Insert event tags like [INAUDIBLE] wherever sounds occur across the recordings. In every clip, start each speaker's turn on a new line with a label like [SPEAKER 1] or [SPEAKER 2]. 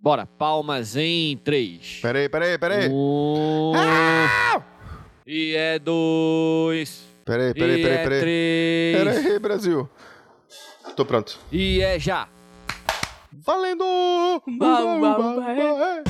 [SPEAKER 1] Bora, palmas em três.
[SPEAKER 2] Peraí, peraí, peraí.
[SPEAKER 1] Um.
[SPEAKER 2] Ah!
[SPEAKER 1] E é dois.
[SPEAKER 2] Peraí,
[SPEAKER 1] e
[SPEAKER 2] peraí, peraí,
[SPEAKER 1] é
[SPEAKER 2] peraí.
[SPEAKER 1] três.
[SPEAKER 2] Peraí, Brasil. Tô pronto.
[SPEAKER 1] E é já.
[SPEAKER 2] Valendo!
[SPEAKER 3] Ba, ba, ba, é.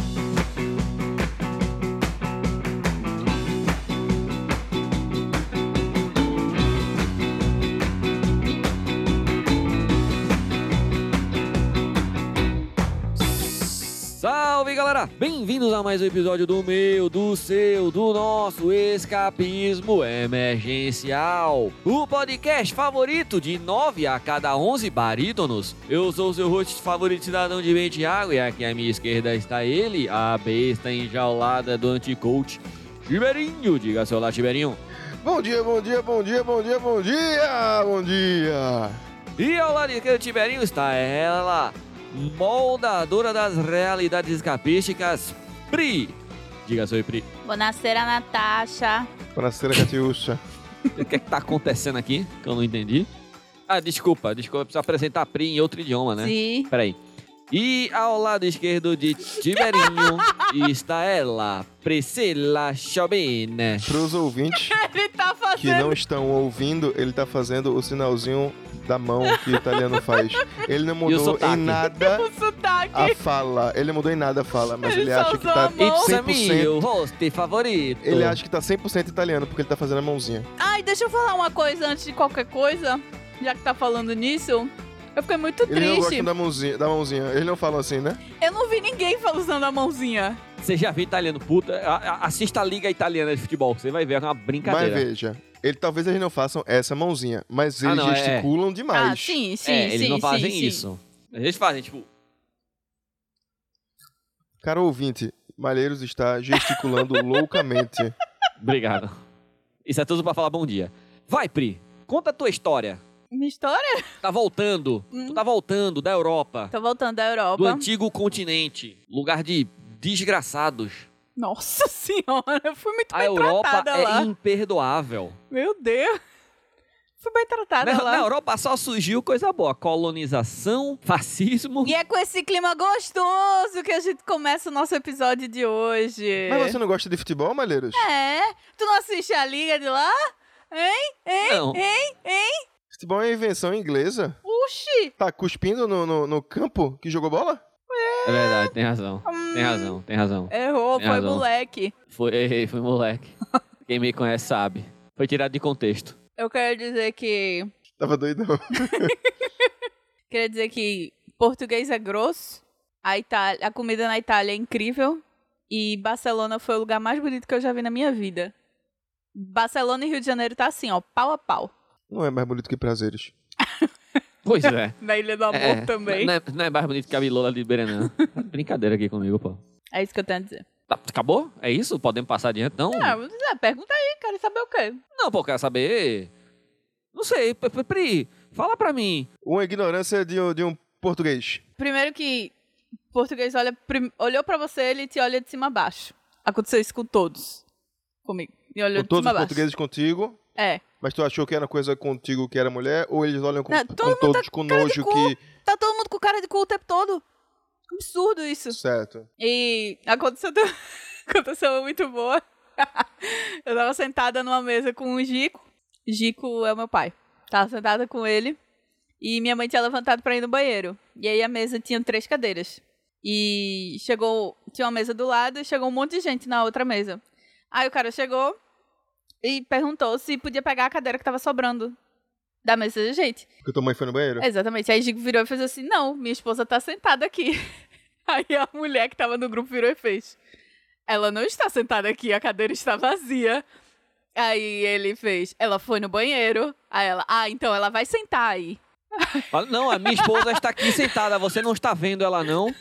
[SPEAKER 1] Salve galera! Bem-vindos a mais um episódio do meu, do seu, do nosso Escapismo Emergencial. O podcast favorito de 9 a cada 11 barítonos. Eu sou o seu host favorito cidadão de bem, Thiago, e aqui à minha esquerda está ele, a besta enjaulada do anti-coach, Tiberinho. Diga seu lá, Tiberinho.
[SPEAKER 3] é.
[SPEAKER 2] Bom dia, bom dia, bom dia, bom dia, bom dia, bom dia.
[SPEAKER 1] E ao lado esquerdo do Tiberinho está ela, moldadora das realidades escapísticas, Pri. Diga seu Pri.
[SPEAKER 3] Bonacera, Natasha.
[SPEAKER 2] Buonasera, Catiúcha.
[SPEAKER 1] O que é que tá acontecendo aqui? Que eu não entendi. Ah, desculpa, desculpa, eu preciso apresentar a Pri em outro idioma, né?
[SPEAKER 3] Sim. [LAUGHS]
[SPEAKER 1] Peraí. E ao lado esquerdo de
[SPEAKER 3] [LAUGHS]
[SPEAKER 1] Tiberinho está ela, Priscila Chaubine.
[SPEAKER 2] Pros ouvintes
[SPEAKER 3] Ele tá
[SPEAKER 2] que
[SPEAKER 3] fazendo. [LAUGHS]
[SPEAKER 2] não estão ouvindo, ele tá fazendo o sinalzinho da mão que o italiano faz. Ele não mudou em
[SPEAKER 1] sotaque?
[SPEAKER 2] nada
[SPEAKER 3] O um sotaque.
[SPEAKER 1] Ah.
[SPEAKER 3] [LAUGHS]
[SPEAKER 2] a fala. Ele não mudou em nada a fala, mas
[SPEAKER 3] Ele
[SPEAKER 2] ele
[SPEAKER 3] só
[SPEAKER 2] acha que
[SPEAKER 3] usou
[SPEAKER 2] tá
[SPEAKER 3] a mão.
[SPEAKER 1] It's
[SPEAKER 2] 100%.
[SPEAKER 1] a me, o host favorito.
[SPEAKER 2] Ele acha que tá 100% italiano, porque ele tá fazendo a mãozinha.
[SPEAKER 3] Ai, deixa eu falar uma coisa antes de qualquer coisa, já que tá falando nisso. Eu fiquei muito
[SPEAKER 2] Ele não
[SPEAKER 3] triste.
[SPEAKER 2] gosta da mãozinha, da mãozinha. Eles não falam assim, né?
[SPEAKER 3] Eu não vi ninguém fa- usando a mãozinha.
[SPEAKER 1] Você já viu italiano, puta? A- a- Assista a Liga Italiana de Futebol, você vai ver, é uma
[SPEAKER 2] Mas
[SPEAKER 1] brincadeira.
[SPEAKER 2] veja, ele, talvez eles não façam essa mãozinha, mas
[SPEAKER 1] Ah,
[SPEAKER 2] eles
[SPEAKER 1] não, é.
[SPEAKER 2] gesticulam demais.
[SPEAKER 3] Ah, sim, sim,
[SPEAKER 1] é,
[SPEAKER 3] sim.
[SPEAKER 1] eles não
[SPEAKER 3] sim,
[SPEAKER 1] fazem
[SPEAKER 3] sim.
[SPEAKER 1] isso. Eles fazem, tipo,
[SPEAKER 2] Cara ouvinte, Malheiros está
[SPEAKER 3] [LAUGHS]
[SPEAKER 2] gesticulando loucamente.
[SPEAKER 1] obrigado. Isso é tudo pra falar bom dia. Vai, Pri, conta a tua história.
[SPEAKER 3] Minha história?
[SPEAKER 1] Tá voltando.
[SPEAKER 3] Hum.
[SPEAKER 1] Tu tá voltando da Europa.
[SPEAKER 3] Tô voltando da
[SPEAKER 1] Do
[SPEAKER 3] Europa.
[SPEAKER 1] antigo continente. Lugar de desgraçados.
[SPEAKER 3] Nossa [LAUGHS] senhora, eu fui muito
[SPEAKER 1] A
[SPEAKER 3] bem
[SPEAKER 1] Europa
[SPEAKER 3] tratada
[SPEAKER 1] é
[SPEAKER 3] lá.
[SPEAKER 1] imperdoável.
[SPEAKER 3] Meu Deus. Fui bem tratada
[SPEAKER 1] Na,
[SPEAKER 3] lá.
[SPEAKER 1] na Europa só surgiu coisa boa: colonização, fascismo.
[SPEAKER 3] E é com esse clima gostoso que a gente começa o nosso episódio de hoje.
[SPEAKER 2] mas você não gosta de futebol, Malheiros?
[SPEAKER 3] É? Tu não assiste a liga de lá? Hein? Hein?
[SPEAKER 1] Não.
[SPEAKER 3] Hein? Hein?
[SPEAKER 2] Futebol é invenção inglesa.
[SPEAKER 3] Oxi!
[SPEAKER 2] Tá cuspindo no, no, no campo que jogou bola?
[SPEAKER 1] É verdade, tem razão.
[SPEAKER 3] Hum.
[SPEAKER 1] Tem razão, tem razão.
[SPEAKER 3] Errou,
[SPEAKER 1] Tem
[SPEAKER 3] foi
[SPEAKER 1] razão.
[SPEAKER 3] moleque.
[SPEAKER 1] Foi, errei, foi moleque. Quem me conhece sabe. Foi tirado de contexto.
[SPEAKER 3] Eu quero dizer que.
[SPEAKER 2] Tava doidão.
[SPEAKER 3] Queria dizer que português é grosso, a, Itália, a comida na Itália é incrível e Barcelona foi o lugar mais bonito que eu já vi na minha vida. Barcelona e Rio de Janeiro tá assim, ó, pau a pau.
[SPEAKER 2] [LAUGHS] Não é mais bonito que prazeres.
[SPEAKER 1] Pois
[SPEAKER 3] [LAUGHS]
[SPEAKER 1] é.
[SPEAKER 3] Na Ilha do Amor
[SPEAKER 1] É,
[SPEAKER 3] Tá também.
[SPEAKER 1] Não é, não é mais bonito que a Bilola de Berenã.
[SPEAKER 3] [LAUGHS]
[SPEAKER 1] Tá de Brincadeira aqui comigo, pô.
[SPEAKER 3] É isso que eu tenho a dizer.
[SPEAKER 1] Tá, acabou? É isso? Podemos passar adiante, não?
[SPEAKER 3] Ah, mas, é, pergunta aí, quero saber o quê?
[SPEAKER 1] Não, pô, quero saber. Não sei, P- P- Pri, fala pra mim.
[SPEAKER 2] Uma ignorância de, um- de um português.
[SPEAKER 3] Primeiro que português olha, prim- olhou pra você, ele te olha de cima a baixo. Aconteceu isso com todos. Comigo. E olhou
[SPEAKER 2] Com
[SPEAKER 3] de
[SPEAKER 2] todos
[SPEAKER 3] cima
[SPEAKER 2] os
[SPEAKER 3] a baixo.
[SPEAKER 2] portugueses contigo,
[SPEAKER 3] É.
[SPEAKER 2] mas tu achou que era coisa contigo que era mulher, ou eles olham com,
[SPEAKER 3] Não,
[SPEAKER 2] com
[SPEAKER 3] todo mundo
[SPEAKER 2] todos com
[SPEAKER 3] cara de
[SPEAKER 2] nojo
[SPEAKER 3] cu.
[SPEAKER 2] que...
[SPEAKER 3] Tá todo mundo com cara de cu o tempo todo. Absurdo isso.
[SPEAKER 2] Certo.
[SPEAKER 3] E aconteceu, tam- [LAUGHS] aconteceu uma muito boa. [LAUGHS] Eu tava sentada numa mesa com o Gico. Gico é o meu pai. Tava sentada com ele. E minha mãe tinha levantado pra ir no banheiro. E aí a mesa tinha três cadeiras. E chegou. Tinha uma mesa do lado e chegou um monte de gente na outra mesa. Aí o cara chegou e perguntou se podia pegar a cadeira que tava sobrando da mesa da gente.
[SPEAKER 2] Porque tua mãe foi no banheiro?
[SPEAKER 3] Exatamente. Aí Gico virou e fez assim: Não, minha esposa tá sentada aqui. [LAUGHS] Aí a mulher que tava no grupo virou e fez: Ela não está sentada aqui, a cadeira está vazia. Aí ele fez: Ela foi no banheiro. Aí ela: Ah, então ela vai sentar aí.
[SPEAKER 1] Fala, não, a minha esposa está aqui sentada, você não está vendo ela, não.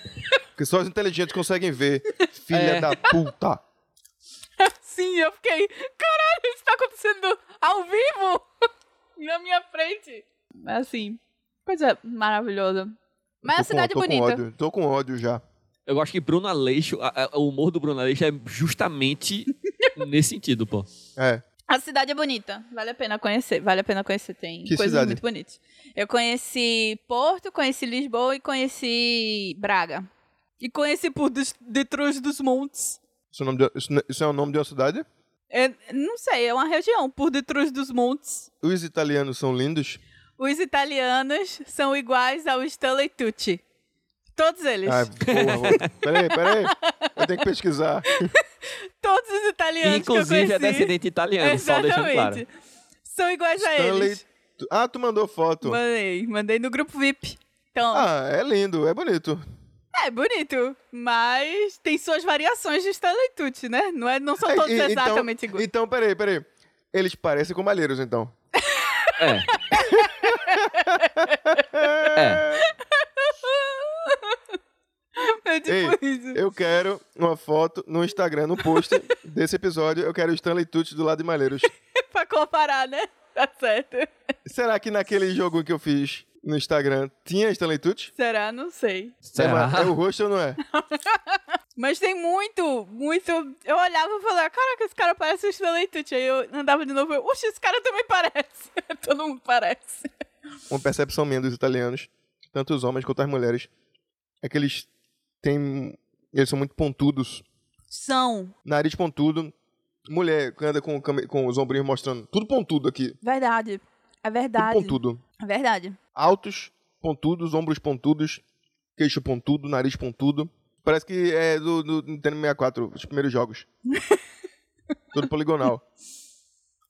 [SPEAKER 2] Porque só os inteligentes conseguem
[SPEAKER 3] [LAUGHS]
[SPEAKER 2] ver. Filha
[SPEAKER 1] É.
[SPEAKER 2] da puta.
[SPEAKER 3] Sim, eu fiquei: Caralho, isso tá acontecendo ao vivo [LAUGHS] na minha frente. Mas assim, coisa maravilhosa. Mas é
[SPEAKER 2] Tô
[SPEAKER 3] a cidade
[SPEAKER 2] com, tô
[SPEAKER 3] bonita.
[SPEAKER 2] Com ódio, tô com ódio já.
[SPEAKER 1] Eu gosto que Bruno Aleixo, a- a- o humor do Bruno Aleixo é
[SPEAKER 3] [LAUGHS]
[SPEAKER 1] justamente nesse sentido, pô.
[SPEAKER 2] É.
[SPEAKER 3] A cidade é bonita, vale a pena conhecer, vale a pena conhecer, tem
[SPEAKER 2] Que
[SPEAKER 3] coisas
[SPEAKER 2] cidade?
[SPEAKER 3] muito bonitas. Eu conheci Porto, conheci Lisboa e conheci Braga. E conheci por des- Detrás dos Montes.
[SPEAKER 2] Isso é, o nome de- isso não- isso é o nome de uma cidade?
[SPEAKER 3] É, não sei, é uma região, por Detrás dos Montes.
[SPEAKER 2] Os italianos são lindos?
[SPEAKER 3] Os italianos são iguais ao Stanley Tucci. Todos eles.
[SPEAKER 2] Ah, boa,
[SPEAKER 3] [LAUGHS]
[SPEAKER 2] boa. Peraí, peraí. Eu tenho que pesquisar.
[SPEAKER 3] Todos os italianos
[SPEAKER 4] Inclusive
[SPEAKER 3] que
[SPEAKER 4] é
[SPEAKER 3] eu conheci.
[SPEAKER 4] descendente italiano, só deixando claro.
[SPEAKER 3] Exatamente. São iguais a
[SPEAKER 2] Stanley.
[SPEAKER 3] eles.
[SPEAKER 2] Tu- Ah, tu mandou foto.
[SPEAKER 3] Mandei, mandei no grupo VIP. Então,
[SPEAKER 2] Ah, é lindo, é bonito.
[SPEAKER 3] é bonito, mas tem suas variações de Stanley Tucci, né? Não, é, não são
[SPEAKER 2] É,
[SPEAKER 3] todos
[SPEAKER 2] e- então-
[SPEAKER 3] exatamente iguais.
[SPEAKER 2] Então, peraí, peraí. Eles parecem com malheiros, então.
[SPEAKER 1] É. [LAUGHS] É.
[SPEAKER 3] [LAUGHS] É tipo isso.
[SPEAKER 2] Eu quero uma foto no Instagram, no
[SPEAKER 3] [LAUGHS]
[SPEAKER 2] post desse episódio. Eu quero o Stanley Tucci do lado de Malheiros.
[SPEAKER 3] pra comparar, né? Tá certo.
[SPEAKER 2] Será que naquele jogo que eu fiz no Instagram tinha Stanley Tucci?
[SPEAKER 3] Será? Não sei.
[SPEAKER 2] É, ma- é
[SPEAKER 1] Será?
[SPEAKER 2] o rosto ou não é?
[SPEAKER 3] Mas tem muito, muito. Eu olhava e falava, caraca, esse cara parece o Stanley Tucci. Aí eu andava de novo e eu, oxe, esse cara também parece. [LAUGHS] Todo mundo parece.
[SPEAKER 2] Uma percepção minha dos italianos, tanto os homens quanto as mulheres, é que eles têm. Eles são muito pontudos.
[SPEAKER 3] São.
[SPEAKER 2] Nariz pontudo. Mulher que anda com, o came- com os ombrinhos mostrando. Tudo pontudo aqui.
[SPEAKER 3] Verdade. É
[SPEAKER 2] Tudo
[SPEAKER 3] verdade.
[SPEAKER 2] pontudo.
[SPEAKER 3] É verdade.
[SPEAKER 2] altos, pontudos, ombros pontudos, queixo pontudo, nariz pontudo. Parece que é do, do Nintendo 64, os primeiros jogos. Tudo poligonal.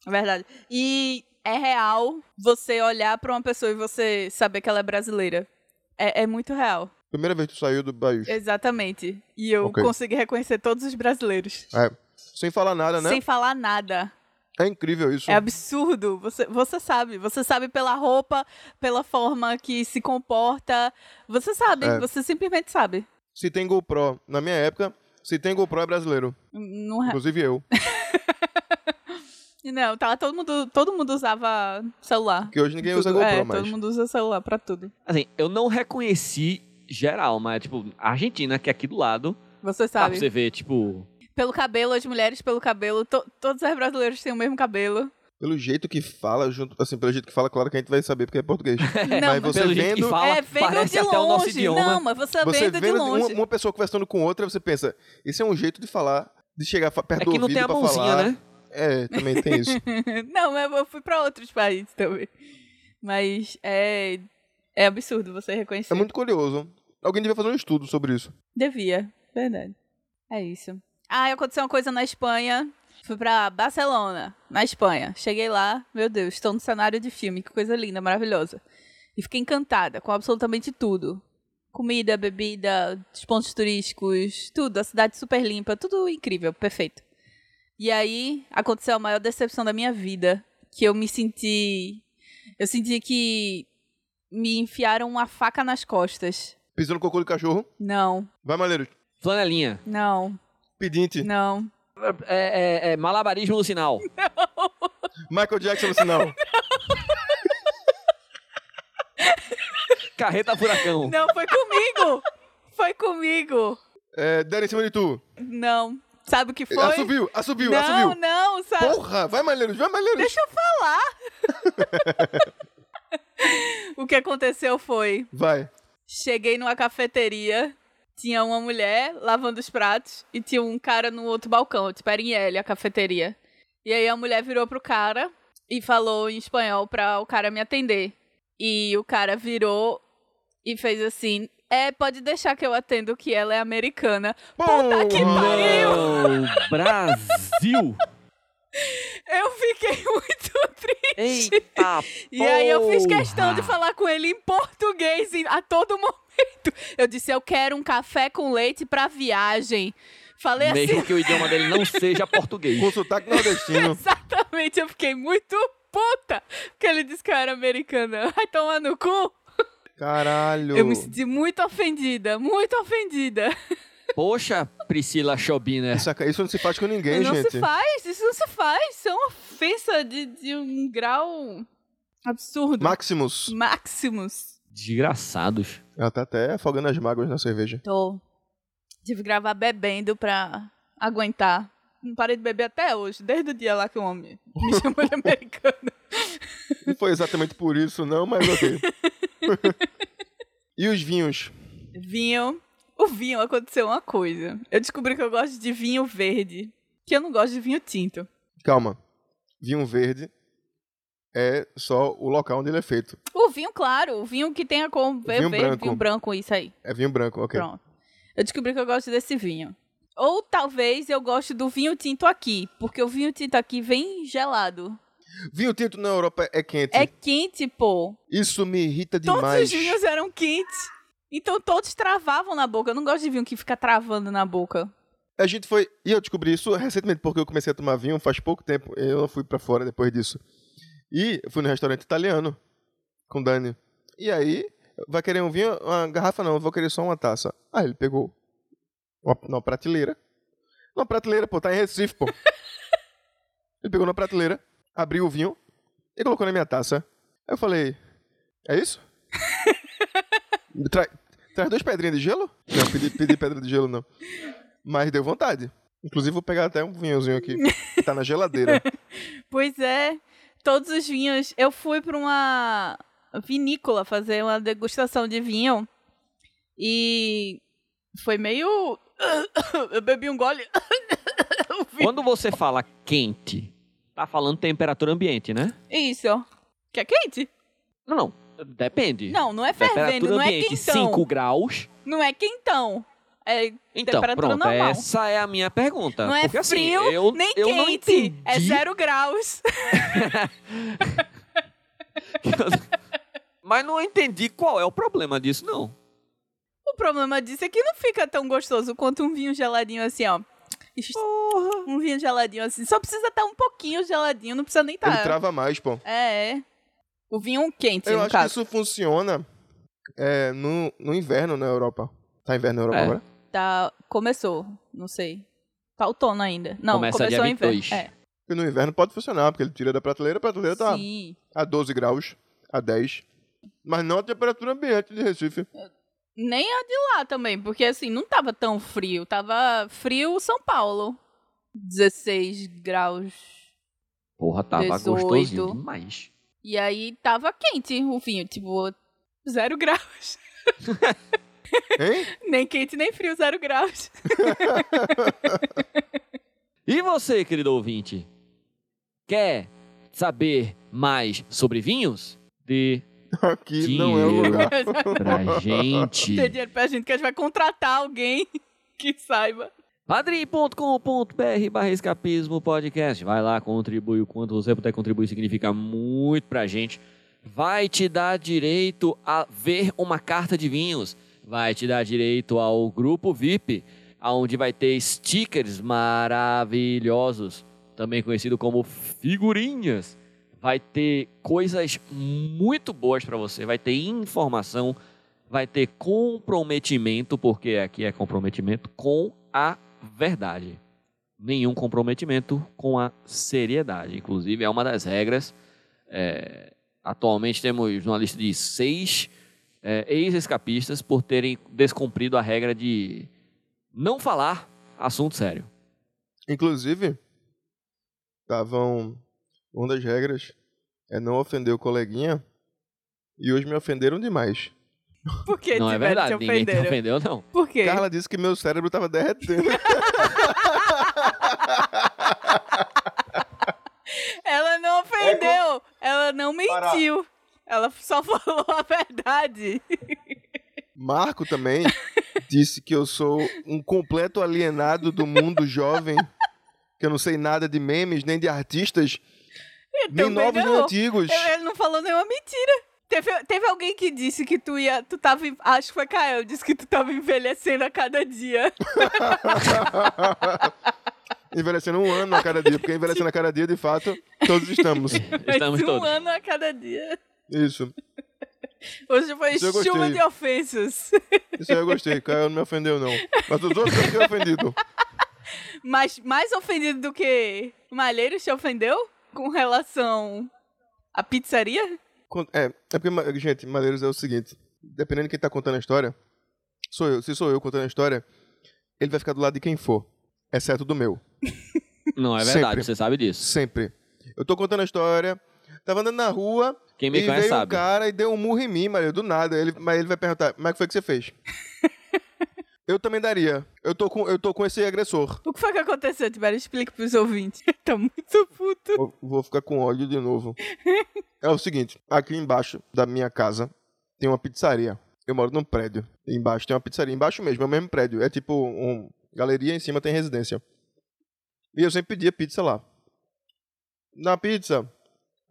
[SPEAKER 3] É verdade. E é real você olhar pra uma pessoa e você saber que ela é brasileira. É, é muito real.
[SPEAKER 2] Primeira vez que tu saiu do Baius.
[SPEAKER 3] Exatamente. E eu
[SPEAKER 2] Ok.
[SPEAKER 3] consegui reconhecer todos os brasileiros.
[SPEAKER 2] É. Sem falar nada, né?
[SPEAKER 3] Sem falar nada.
[SPEAKER 2] É incrível isso.
[SPEAKER 3] É absurdo. Você, você sabe. Você sabe pela roupa, pela forma que se comporta. Você sabe.
[SPEAKER 2] É.
[SPEAKER 3] Você simplesmente sabe.
[SPEAKER 2] Se tem GoPro, na minha época, se tem GoPro é brasileiro.
[SPEAKER 3] Não, é-
[SPEAKER 2] Inclusive eu.
[SPEAKER 3] não tava todo mundo, todo mundo usava celular.
[SPEAKER 2] Porque hoje ninguém usa
[SPEAKER 3] [LAUGHS] Tudo-
[SPEAKER 2] GoPro
[SPEAKER 3] é,
[SPEAKER 2] mais.
[SPEAKER 3] todo mundo usa celular pra tudo.
[SPEAKER 1] Assim, eu não reconheci geral, mas, tipo, a Argentina, que é aqui do lado,
[SPEAKER 3] Você
[SPEAKER 1] dá
[SPEAKER 3] sabe.
[SPEAKER 1] pra Ah, você ver, tipo...
[SPEAKER 3] Pelo cabelo, as mulheres pelo cabelo. to- todos os brasileiros têm o mesmo
[SPEAKER 2] [LAUGHS]
[SPEAKER 3] cabelo.
[SPEAKER 2] Pelo jeito que fala, junto, assim, pelo jeito que fala, claro que a gente vai saber porque é
[SPEAKER 3] [LAUGHS]
[SPEAKER 2] português. Mas você
[SPEAKER 1] pelo jeito que
[SPEAKER 2] vendo,
[SPEAKER 1] fala,
[SPEAKER 3] é, vendo
[SPEAKER 1] parece
[SPEAKER 3] de
[SPEAKER 1] até
[SPEAKER 3] longe.
[SPEAKER 1] o nosso idioma.
[SPEAKER 3] Não, mas você,
[SPEAKER 2] você
[SPEAKER 3] vendo de
[SPEAKER 2] vendo um uma,
[SPEAKER 3] longe.
[SPEAKER 2] uma pessoa conversando com outra, você pensa, esse é um jeito de falar, de chegar fa- perto
[SPEAKER 1] é
[SPEAKER 2] do
[SPEAKER 1] que não
[SPEAKER 2] ouvido
[SPEAKER 1] tem a
[SPEAKER 2] pra
[SPEAKER 1] mãozinha,
[SPEAKER 2] falar.
[SPEAKER 1] né?
[SPEAKER 2] É, também tem
[SPEAKER 3] [LAUGHS]
[SPEAKER 2] isso.
[SPEAKER 3] não, mas eu fui pra outros países também. Mas é, é absurdo você reconhecer.
[SPEAKER 2] É muito curioso. Alguém devia fazer um estudo sobre isso.
[SPEAKER 3] Devia, verdade. É isso. Ah, e aconteceu uma coisa na Espanha. Fui pra Barcelona, na Espanha. Cheguei lá, meu Deus, estou no cenário de filme, que coisa linda, maravilhosa. E fiquei encantada com absolutamente tudo. Comida, bebida, os pontos turísticos, tudo. A cidade super limpa, tudo incrível, perfeito. E aí aconteceu a maior decepção da minha vida, que eu me senti. Eu senti que me enfiaram uma faca nas costas.
[SPEAKER 2] Pisando no cocô do cachorro.
[SPEAKER 3] Não,
[SPEAKER 2] Vai, Maleiro.
[SPEAKER 1] Flanelinha.
[SPEAKER 3] não.
[SPEAKER 2] Pedinte.
[SPEAKER 3] Não.
[SPEAKER 1] É, é- é malabarismo no
[SPEAKER 3] [LAUGHS]
[SPEAKER 1] sinal.
[SPEAKER 2] Michael Jackson assim, no sinal.
[SPEAKER 1] Carreta furacão.
[SPEAKER 3] Não, foi comigo! Foi comigo!
[SPEAKER 2] É, deram em cima de tu.
[SPEAKER 3] Não. Sabe o que foi?
[SPEAKER 2] Assumiu, assumiu,
[SPEAKER 3] não,
[SPEAKER 2] assumiu.
[SPEAKER 3] não, sabe?
[SPEAKER 2] Porra, vai, Malheiros, vai, Malheiros.
[SPEAKER 3] Deixa eu falar! o que aconteceu foi:
[SPEAKER 2] Vai.
[SPEAKER 3] cheguei numa cafeteria, tinha uma mulher lavando os pratos e tinha um cara no outro balcão, tipo, era em L a cafeteria. E aí a mulher virou pro cara e falou em espanhol pra o cara me atender. E o cara virou e fez assim: É, pode deixar que eu atendo, que ela é americana.
[SPEAKER 2] Puta
[SPEAKER 3] que pariu!
[SPEAKER 1] Não, Brasil!
[SPEAKER 3] Eu fiquei [LAUGHS] muito triste.
[SPEAKER 1] Eita!
[SPEAKER 3] [LAUGHS] E aí eu fiz questão de
[SPEAKER 1] porra!
[SPEAKER 3] falar com ele em português em- a todo momento. Eu disse: Eu quero um café com leite pra viagem. Falei
[SPEAKER 1] Mesmo
[SPEAKER 3] assim. [LAUGHS]
[SPEAKER 1] que o idioma dele não seja português.
[SPEAKER 2] Com sotaque nordestino.
[SPEAKER 3] Exatamente, eu fiquei muito puta que ele disse que eu era americana. Vai tomar no cu.
[SPEAKER 2] Caralho.
[SPEAKER 3] Eu me senti muito ofendida, muito ofendida.
[SPEAKER 1] Poxa, Priscila né? Chobina.
[SPEAKER 2] Isso, ac- isso não se faz com ninguém,
[SPEAKER 3] não
[SPEAKER 2] gente.
[SPEAKER 3] se faz, isso não se faz. Isso é uma ofensa de, de um grau absurdo.
[SPEAKER 2] Maximus.
[SPEAKER 3] Maximus.
[SPEAKER 1] Desgraçados.
[SPEAKER 2] Ela tá até afogando as mágoas na cerveja.
[SPEAKER 3] Tô. Tive que gravar bebendo pra aguentar. Não parei de beber até hoje, desde o dia lá que o homem me [LAUGHS] chamou de americana.
[SPEAKER 2] Não foi exatamente por
[SPEAKER 3] [LAUGHS]
[SPEAKER 2] isso, não, mas ok. e os vinhos?
[SPEAKER 3] Vinho. O vinho aconteceu uma coisa. Eu descobri que eu gosto de vinho verde. Que eu não gosto de vinho tinto.
[SPEAKER 2] Calma. Vinho verde é só o local onde ele é feito.
[SPEAKER 3] O vinho claro, o vinho que tem a cor
[SPEAKER 2] Vinho
[SPEAKER 3] verde,
[SPEAKER 2] branco.
[SPEAKER 3] vinho branco, isso aí.
[SPEAKER 2] É vinho branco, ok.
[SPEAKER 3] Pronto. Eu descobri que eu gosto desse vinho. Ou talvez eu goste do vinho tinto aqui, porque o vinho tinto aqui vem gelado.
[SPEAKER 2] Vinho tinto na Europa é quente.
[SPEAKER 3] É quente, pô.
[SPEAKER 2] Isso me irrita
[SPEAKER 3] Todos
[SPEAKER 2] demais.
[SPEAKER 3] os vinhos eram quentes. Então todos travavam na boca. Eu não gosto de vinho que fica travando na boca.
[SPEAKER 2] A gente foi. E eu descobri isso recentemente, porque eu comecei a tomar vinho faz pouco tempo. Eu fui pra fora depois disso. E eu fui no restaurante italiano com o Dani. E aí, vai querer um vinho? Uma garrafa não, eu vou querer só uma taça. Aí ele pegou uma, uma prateleira. Uma prateleira, pô, tá em Recife, pô. ele pegou na prateleira, abriu o vinho e colocou na minha taça. Aí eu falei: É isso? Tra- Traz duas pedrinhas de gelo? Não, pedi, pedi pedra de gelo, não. Mas deu vontade. Inclusive, vou pegar até um vinhozinho aqui. que Tá na
[SPEAKER 3] [LAUGHS]
[SPEAKER 2] geladeira.
[SPEAKER 3] Pois é, todos os vinhos. Eu fui para uma vinícola fazer uma degustação de vinho e foi meio. [COUGHS] Eu bebi um gole. [COUGHS] O vinho-
[SPEAKER 1] Quando você fala quente, tá falando temperatura ambiente, né?
[SPEAKER 3] Isso. Que é quente?
[SPEAKER 1] Não, não. Depende.
[SPEAKER 3] Não, não é fervendo,
[SPEAKER 1] temperatura
[SPEAKER 3] não é
[SPEAKER 1] ambiente,
[SPEAKER 3] quentão.
[SPEAKER 1] 5 graus.
[SPEAKER 3] Não é quentão. É
[SPEAKER 1] Então,
[SPEAKER 3] Temperatura
[SPEAKER 1] pronto,
[SPEAKER 3] normal.
[SPEAKER 1] essa é a minha pergunta.
[SPEAKER 3] Não é
[SPEAKER 1] Porque assim,
[SPEAKER 3] frio,
[SPEAKER 1] eu,
[SPEAKER 3] nem
[SPEAKER 1] eu não
[SPEAKER 3] quente.
[SPEAKER 1] entendi.
[SPEAKER 3] É zero graus.
[SPEAKER 1] [LAUGHS] Mas não entendi qual é o problema disso, não.
[SPEAKER 3] O problema disso é que não fica tão gostoso quanto um vinho geladinho assim, ó. Um vinho geladinho assim. Só precisa estar um pouquinho geladinho, não precisa nem estar.
[SPEAKER 2] Ele trava mais, pô.
[SPEAKER 3] É, é. O vinho quente,
[SPEAKER 2] Eu
[SPEAKER 3] no
[SPEAKER 2] acho
[SPEAKER 3] caso.
[SPEAKER 2] que isso funciona é, no, no inverno na Europa. Tá inverno na Europa
[SPEAKER 1] É.
[SPEAKER 2] agora?
[SPEAKER 3] Tá, começou, não sei. Tá outono ainda. Não,
[SPEAKER 1] Começa
[SPEAKER 3] começou
[SPEAKER 1] dia
[SPEAKER 3] em inverno.
[SPEAKER 1] 22.
[SPEAKER 3] É.
[SPEAKER 2] Porque no inverno pode funcionar, porque ele tira da prateleira, a prateleira tá
[SPEAKER 3] Sim.
[SPEAKER 2] a 12 graus, a 10. Mas não a temperatura ambiente de Recife.
[SPEAKER 3] Nem a de lá também, porque assim, não tava tão frio. Tava frio São Paulo. 16 graus.
[SPEAKER 1] Porra, tava
[SPEAKER 3] 18.
[SPEAKER 1] gostosinho demais.
[SPEAKER 3] E aí tava quente o vinho, tipo, zero [LAUGHS] graus. [LAUGHS]
[SPEAKER 2] Hein?
[SPEAKER 3] Nem quente, nem frio,
[SPEAKER 1] [LAUGHS]
[SPEAKER 3] zero graus.
[SPEAKER 1] E você, querido ouvinte? Quer saber mais sobre vinhos? Dê
[SPEAKER 2] Aqui não é o
[SPEAKER 1] Dinheiro.
[SPEAKER 2] lugar.
[SPEAKER 1] [LAUGHS] pra gente.
[SPEAKER 3] Tem dinheiro pra gente que a gente vai contratar alguém [LAUGHS] que saiba.
[SPEAKER 1] padrim.com.br barra escapismo podcast. Vai lá, contribui o quanto você puder contribuir, significa muito pra gente. Vai te dar direito a ver uma carta de vinhos. Vai te dar direito ao grupo VIP, onde vai ter stickers maravilhosos, também conhecido como figurinhas. Vai ter coisas muito boas pra você, vai ter informação, vai ter comprometimento, porque aqui é comprometimento com a verdade. Nenhum comprometimento com a seriedade. Inclusive, é uma das regras. É, atualmente temos uma lista de seis é, ex-escapistas por terem descumprido a regra de não falar assunto sério.
[SPEAKER 2] Inclusive, estavam. Uma das regras é não ofender o coleguinha. E hoje me ofenderam demais.
[SPEAKER 3] Por que
[SPEAKER 1] não é
[SPEAKER 3] tiveram
[SPEAKER 1] verdade,
[SPEAKER 3] te
[SPEAKER 1] ninguém te
[SPEAKER 3] ofenderam?
[SPEAKER 1] ofendeu, não.
[SPEAKER 3] Por quê?
[SPEAKER 2] Carla disse que meu cérebro tava
[SPEAKER 3] [LAUGHS]
[SPEAKER 2] derretendo.
[SPEAKER 3] Ela
[SPEAKER 2] É
[SPEAKER 3] não ofendeu. Ela não mentiu. Ela só [LAUGHS] falou a verdade.
[SPEAKER 2] Marco também disse que eu sou um completo alienado do mundo jovem, que eu não sei nada de memes, nem de artistas, nem
[SPEAKER 3] também
[SPEAKER 2] novos nem
[SPEAKER 3] não.
[SPEAKER 2] antigos.
[SPEAKER 3] Eu- Ele não falou nenhuma mentira. Teve, teve alguém que disse que tu ia. Tu tava. en- Acho que foi Kael, disse que tu tava envelhecendo a cada dia.
[SPEAKER 2] Envelhecendo um ano a cada dia, porque envelhecendo a cada dia, de fato, todos
[SPEAKER 3] [LAUGHS]
[SPEAKER 2] estamos.
[SPEAKER 1] Estamos
[SPEAKER 3] um
[SPEAKER 1] todos.
[SPEAKER 3] ano a cada dia.
[SPEAKER 2] Isso.
[SPEAKER 3] Hoje foi
[SPEAKER 2] Isso eu
[SPEAKER 3] chuva
[SPEAKER 2] gostei.
[SPEAKER 3] de ofensas.
[SPEAKER 2] Isso aí eu gostei. Caio não me ofendeu, não. Mas os outros eu fiquei ofendido.
[SPEAKER 3] Mas mais ofendido do que Malheiro te ofendeu? Com relação à pizzaria?
[SPEAKER 2] Con- É, é porque, ma- gente, Madeiros é o seguinte: dependendo de quem tá contando a história, sou eu. Se sou eu contando a história, ele vai ficar do lado de quem for, exceto do meu.
[SPEAKER 1] Não é verdade,
[SPEAKER 2] Sempre.
[SPEAKER 1] você sabe disso.
[SPEAKER 2] Sempre. Eu tô contando a história, tava andando na rua
[SPEAKER 1] Quem me
[SPEAKER 2] e veio
[SPEAKER 1] conhece
[SPEAKER 2] um
[SPEAKER 1] sabe. [LAUGHS]
[SPEAKER 2] cara e deu um murro em mim, Maria, do nada. Ele, mas ele vai perguntar: Mas o que foi que você fez? Eu também daria. Eu tô com, eu tô com esse agressor.
[SPEAKER 3] O que foi que aconteceu, Tibério? Explica pros ouvintes. [LAUGHS] Tá muito puto. [LAUGHS]
[SPEAKER 2] Eu vou ficar com ódio de novo. é o seguinte, aqui embaixo da minha casa tem uma pizzaria. Eu moro num prédio. Embaixo tem uma pizzaria. Embaixo mesmo, é o mesmo prédio. É tipo um galeria, em cima tem residência. E eu sempre pedia pizza lá. Na pizza.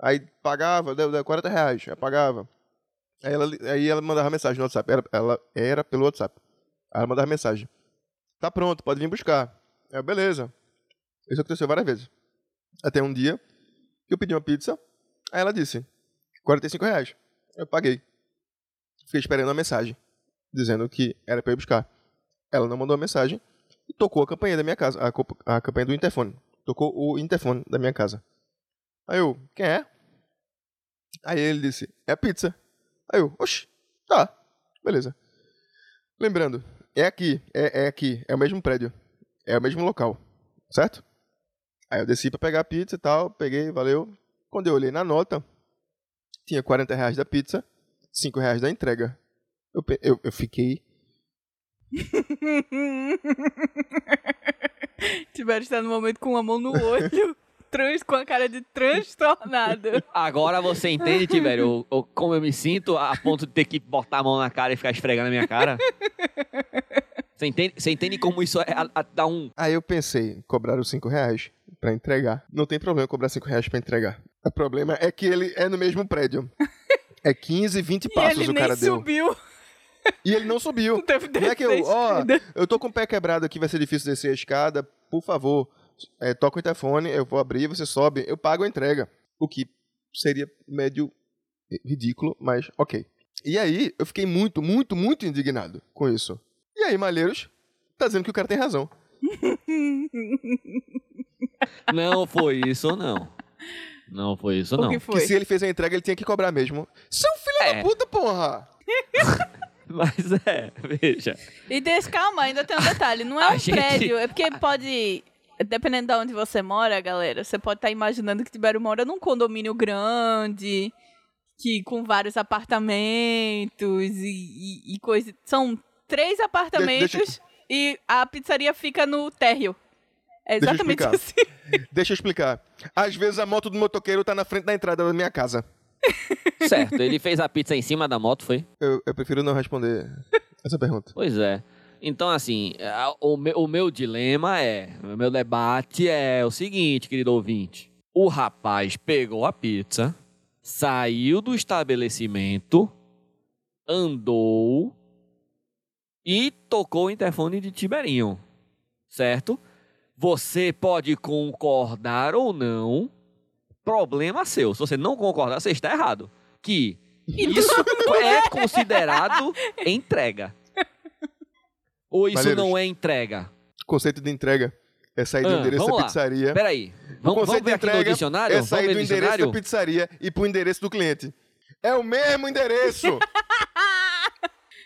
[SPEAKER 2] Aí pagava, deu, deu 40 reais. Aí pagava. Aí ela, aí ela mandava mensagem no WhatsApp. Era- ela era pelo WhatsApp. Aí ela mandava mensagem. Tá pronto, pode vir buscar. É, beleza. Isso aconteceu várias vezes. Até um dia que eu pedi uma pizza. Aí ela disse: 45 reais. Eu paguei. Fiquei esperando a mensagem dizendo que era pra eu ir buscar. Ela não mandou a mensagem e tocou a campanha da minha casa, a, co- a campanha do interfone. Tocou o interfone da minha casa. Aí eu, quem é? Aí ele disse, é a pizza. Aí eu, oxi, tá, beleza. Lembrando, é aqui, é, é aqui, é o mesmo prédio, é o mesmo local, certo? Aí eu desci pra pegar a pizza e tal, peguei, valeu. Quando eu olhei na nota, tinha 40 reais da pizza, 5 reais da entrega. Eu, pe- eu, eu fiquei
[SPEAKER 3] Tibério está no momento com uma mão no olho, [LAUGHS] trans, com a cara de transtornado.
[SPEAKER 1] Agora você entende, Tiberio, o- o- como eu me sinto a ponto de ter que botar a mão na cara e ficar esfregando a minha cara? Você entende, você entende como isso é, a- a- dá um...
[SPEAKER 2] Aí eu pensei, cobraram 5 reais pra entregar. Não tem problema cobrar 5 reais pra entregar. O problema é que ele é no mesmo
[SPEAKER 3] [LAUGHS]
[SPEAKER 2] prédio. É 15, 20
[SPEAKER 3] E
[SPEAKER 2] passos
[SPEAKER 3] ele
[SPEAKER 2] o
[SPEAKER 3] nem
[SPEAKER 2] cara deu.
[SPEAKER 3] subiu. [LAUGHS]
[SPEAKER 2] E ele não subiu.
[SPEAKER 3] Não teve
[SPEAKER 2] Não é que eu, ó,
[SPEAKER 3] descida.
[SPEAKER 2] eu tô com o pé quebrado aqui, vai ser difícil descer a escada. Por favor, é, toca o telefone, eu vou abrir, você sobe, eu pago a entrega. O que seria médio é, ridículo, mas ok. E aí, eu fiquei muito, muito, muito indignado com isso. E aí, Malheiros, tá dizendo que o cara tem razão.
[SPEAKER 1] Não foi isso, não. Não foi isso,
[SPEAKER 3] O
[SPEAKER 1] não.
[SPEAKER 3] que foi?
[SPEAKER 2] Que se ele fez a entrega, ele tinha que cobrar mesmo. Seu filho
[SPEAKER 1] É.
[SPEAKER 2] da puta, porra!
[SPEAKER 1] Mas é, veja.
[SPEAKER 3] E desse, calma, ainda tem um detalhe. Não é
[SPEAKER 1] A
[SPEAKER 3] um
[SPEAKER 1] gente-
[SPEAKER 3] prédio, é porque pode. Dependendo de onde você mora, galera, você pode estar imaginando que Tibério mora num condomínio grande, que com vários apartamentos e, e, e coisa. São três apartamentos
[SPEAKER 2] deixa
[SPEAKER 3] e a pizzaria fica no térreo. É
[SPEAKER 2] Deixa eu
[SPEAKER 3] exatamente
[SPEAKER 2] explicar.
[SPEAKER 3] assim. [LAUGHS]
[SPEAKER 2] Deixa eu explicar. Às vezes a moto do motoqueiro tá na frente da entrada da minha casa.
[SPEAKER 1] Certo, ele fez a pizza em cima da moto, foi?
[SPEAKER 2] Eu, eu prefiro
[SPEAKER 1] [LAUGHS]
[SPEAKER 2] não responder essa pergunta.
[SPEAKER 1] Pois é. Então, assim, a- o, meu, o meu dilema é, o meu debate é o seguinte, querido ouvinte. O rapaz pegou a pizza, saiu do estabelecimento, andou e tocou o interfone de Tiberinho, certo? Você pode concordar ou não, problema seu. Se você não concordar, você está errado. Que isso é considerado entrega. Ou isso
[SPEAKER 2] Valeu,
[SPEAKER 1] não é entrega?
[SPEAKER 2] O conceito de entrega é sair do
[SPEAKER 1] Ah,
[SPEAKER 2] endereço
[SPEAKER 1] vamos
[SPEAKER 2] da
[SPEAKER 1] lá.
[SPEAKER 2] pizzaria.
[SPEAKER 1] Peraí.
[SPEAKER 2] É.
[SPEAKER 1] Vamos,
[SPEAKER 2] O conceito
[SPEAKER 1] vamos ver
[SPEAKER 2] de
[SPEAKER 1] aqui no
[SPEAKER 2] entrega
[SPEAKER 1] dicionário?
[SPEAKER 2] é
[SPEAKER 1] Ah, vamos
[SPEAKER 2] sair
[SPEAKER 1] ver
[SPEAKER 2] do
[SPEAKER 1] no
[SPEAKER 2] endereço
[SPEAKER 1] dicionário?
[SPEAKER 2] da pizzaria e pro endereço do cliente. É o
[SPEAKER 1] [LAUGHS]
[SPEAKER 2] mesmo endereço!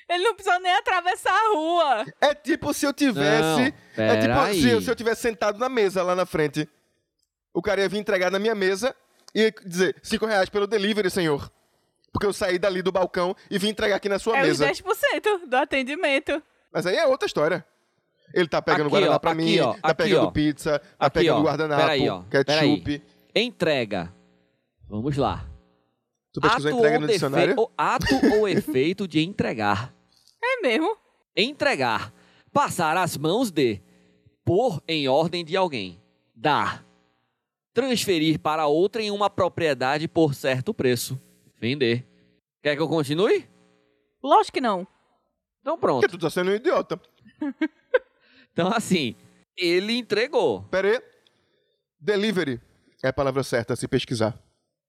[SPEAKER 3] Ele não precisou nem atravessar a rua.
[SPEAKER 2] é tipo se eu
[SPEAKER 1] Não,
[SPEAKER 2] tivesse. é tipo
[SPEAKER 1] peraí.
[SPEAKER 2] se eu, se eu tivesse sentado na mesa lá na frente. O cara ia vir entregar na minha mesa e ia dizer: 5 reais pelo delivery, senhor. Porque eu saí dali do balcão e vim entregar aqui na sua
[SPEAKER 3] É os
[SPEAKER 2] mesa.
[SPEAKER 3] 10% do atendimento.
[SPEAKER 2] Mas aí é outra história. Ele tá pegando
[SPEAKER 1] Aqui,
[SPEAKER 2] Guaraná
[SPEAKER 1] ó,
[SPEAKER 2] pra
[SPEAKER 1] aqui,
[SPEAKER 2] mim,
[SPEAKER 1] ó,
[SPEAKER 2] tá
[SPEAKER 1] aqui,
[SPEAKER 2] pegando
[SPEAKER 1] ó.
[SPEAKER 2] pizza, tá
[SPEAKER 1] Aqui,
[SPEAKER 2] pegando
[SPEAKER 1] ó.
[SPEAKER 2] guardanapo,
[SPEAKER 1] Peraí, ó.
[SPEAKER 2] ketchup.
[SPEAKER 1] Entrega. Vamos lá.
[SPEAKER 2] Tu pesquisou entrega no
[SPEAKER 1] defe-
[SPEAKER 2] dicionário?
[SPEAKER 1] ou- ato ou efeito de entregar.
[SPEAKER 3] É mesmo?
[SPEAKER 1] entregar, passar as mãos de, pôr em ordem de alguém, dar, transferir para outra em uma propriedade por certo preço, vender. Quer que eu continue?
[SPEAKER 3] Lógico que não.
[SPEAKER 1] Então
[SPEAKER 2] [LAUGHS] Porque
[SPEAKER 1] pronto.
[SPEAKER 2] tu tá sendo um idiota.
[SPEAKER 1] Então assim, ele entregou.
[SPEAKER 2] Pera aí. Delivery é a palavra certa a se pesquisar.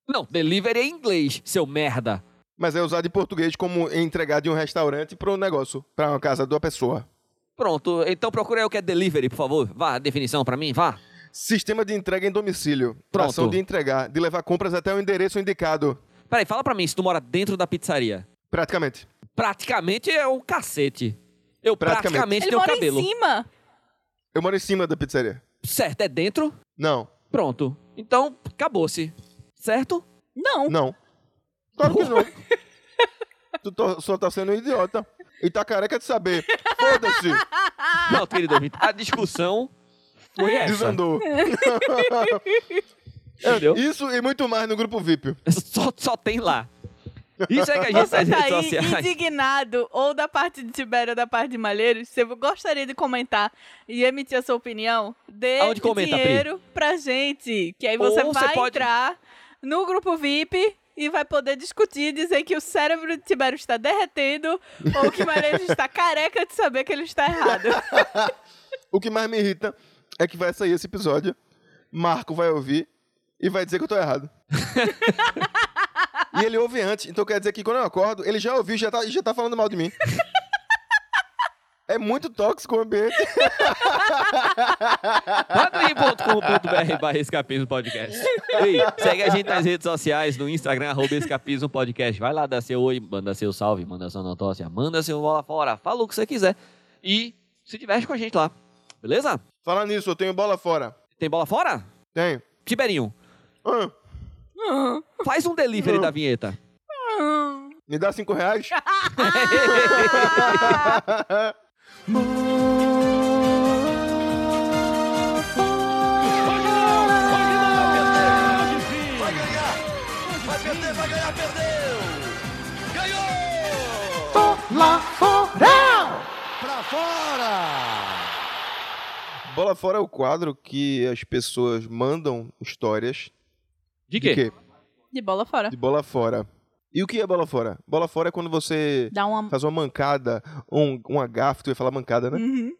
[SPEAKER 1] Não, delivery é em inglês, seu merda.
[SPEAKER 2] Mas é usado em português como entregar de um restaurante para um negócio, para uma casa de uma pessoa.
[SPEAKER 1] Pronto, então procura aí o que é delivery, por favor. Vá, definição pra mim, vá.
[SPEAKER 2] Sistema de entrega em domicílio.
[SPEAKER 1] Pronto.
[SPEAKER 2] Ação de entregar, de levar compras até o endereço indicado.
[SPEAKER 1] Peraí, fala pra mim se tu mora dentro da pizzaria.
[SPEAKER 2] Praticamente.
[SPEAKER 1] Praticamente é um cacete. Eu
[SPEAKER 2] Praticamente.
[SPEAKER 1] praticamente,
[SPEAKER 3] Ele
[SPEAKER 1] tenho
[SPEAKER 3] mora
[SPEAKER 1] um cabelo.
[SPEAKER 3] em cima.
[SPEAKER 2] Eu moro em cima da pizzaria.
[SPEAKER 1] Certo, é dentro?
[SPEAKER 2] Não,
[SPEAKER 1] Pronto. Então, acabou-se. Certo?
[SPEAKER 3] Não.
[SPEAKER 2] não. Claro que não. tu tô- só tá sendo um idiota. e tá careca de saber. Foda-se.
[SPEAKER 3] Ah.
[SPEAKER 1] Não, querido ouvinte, a discussão
[SPEAKER 3] [LAUGHS]
[SPEAKER 1] foi essa.
[SPEAKER 2] Desandou.
[SPEAKER 1] Entendeu?
[SPEAKER 2] Isso e muito mais no grupo VIP.
[SPEAKER 1] Só, só tem lá. Isso é que a gente
[SPEAKER 3] Você
[SPEAKER 1] nas
[SPEAKER 3] tá
[SPEAKER 1] redes
[SPEAKER 3] aí
[SPEAKER 1] sociais.
[SPEAKER 3] indignado, ou da parte de Tibério ou da parte de Malheiros, você gostaria de comentar e emitir a sua opinião, dê
[SPEAKER 1] Aonde comenta, Pri?
[SPEAKER 3] dinheiro pra gente, que aí você
[SPEAKER 1] Ou você
[SPEAKER 3] vai
[SPEAKER 1] pode-
[SPEAKER 3] entrar no grupo VIP e vai poder discutir, dizer que o cérebro de Tibério está derretendo ou que Malheiros está careca de saber que ele
[SPEAKER 1] [LAUGHS]
[SPEAKER 3] está errado.
[SPEAKER 2] O que mais me irrita é que vai sair esse episódio, Marco vai ouvir e vai dizer que eu tô [LAUGHS] errado. e ele ouve antes, então quer dizer que quando eu acordo, ele já ouviu e já tá, já tá falando mal de mim. [LAUGHS] É muito tóxico o ambiente.
[SPEAKER 1] Padrim.com.br barra Escapismo Podcast. Ei, segue a gente nas redes sociais, no Instagram, arroba Escapismo Podcast. Vai lá, dá seu oi, manda seu salve, manda sua notócia, manda seu bola fora, fala o que você quiser. E se diverte com a gente lá, beleza?
[SPEAKER 2] Falar nisso, eu tenho bola fora.
[SPEAKER 1] Tem bola fora?
[SPEAKER 2] Tenho.
[SPEAKER 1] Tiberinho,
[SPEAKER 2] Hã?
[SPEAKER 1] faz um delivery da vinheta.
[SPEAKER 2] me dá cinco reais? Bola fora é o quadro que as pessoas mandam histórias
[SPEAKER 1] De quê?
[SPEAKER 2] de quê?
[SPEAKER 3] De bola fora.
[SPEAKER 2] De bola fora. E o que é bola fora? Bola fora é quando você
[SPEAKER 3] Dá uma...
[SPEAKER 2] faz uma mancada, um, uma gafe, tu ia falar mancada, né?
[SPEAKER 3] Uhum.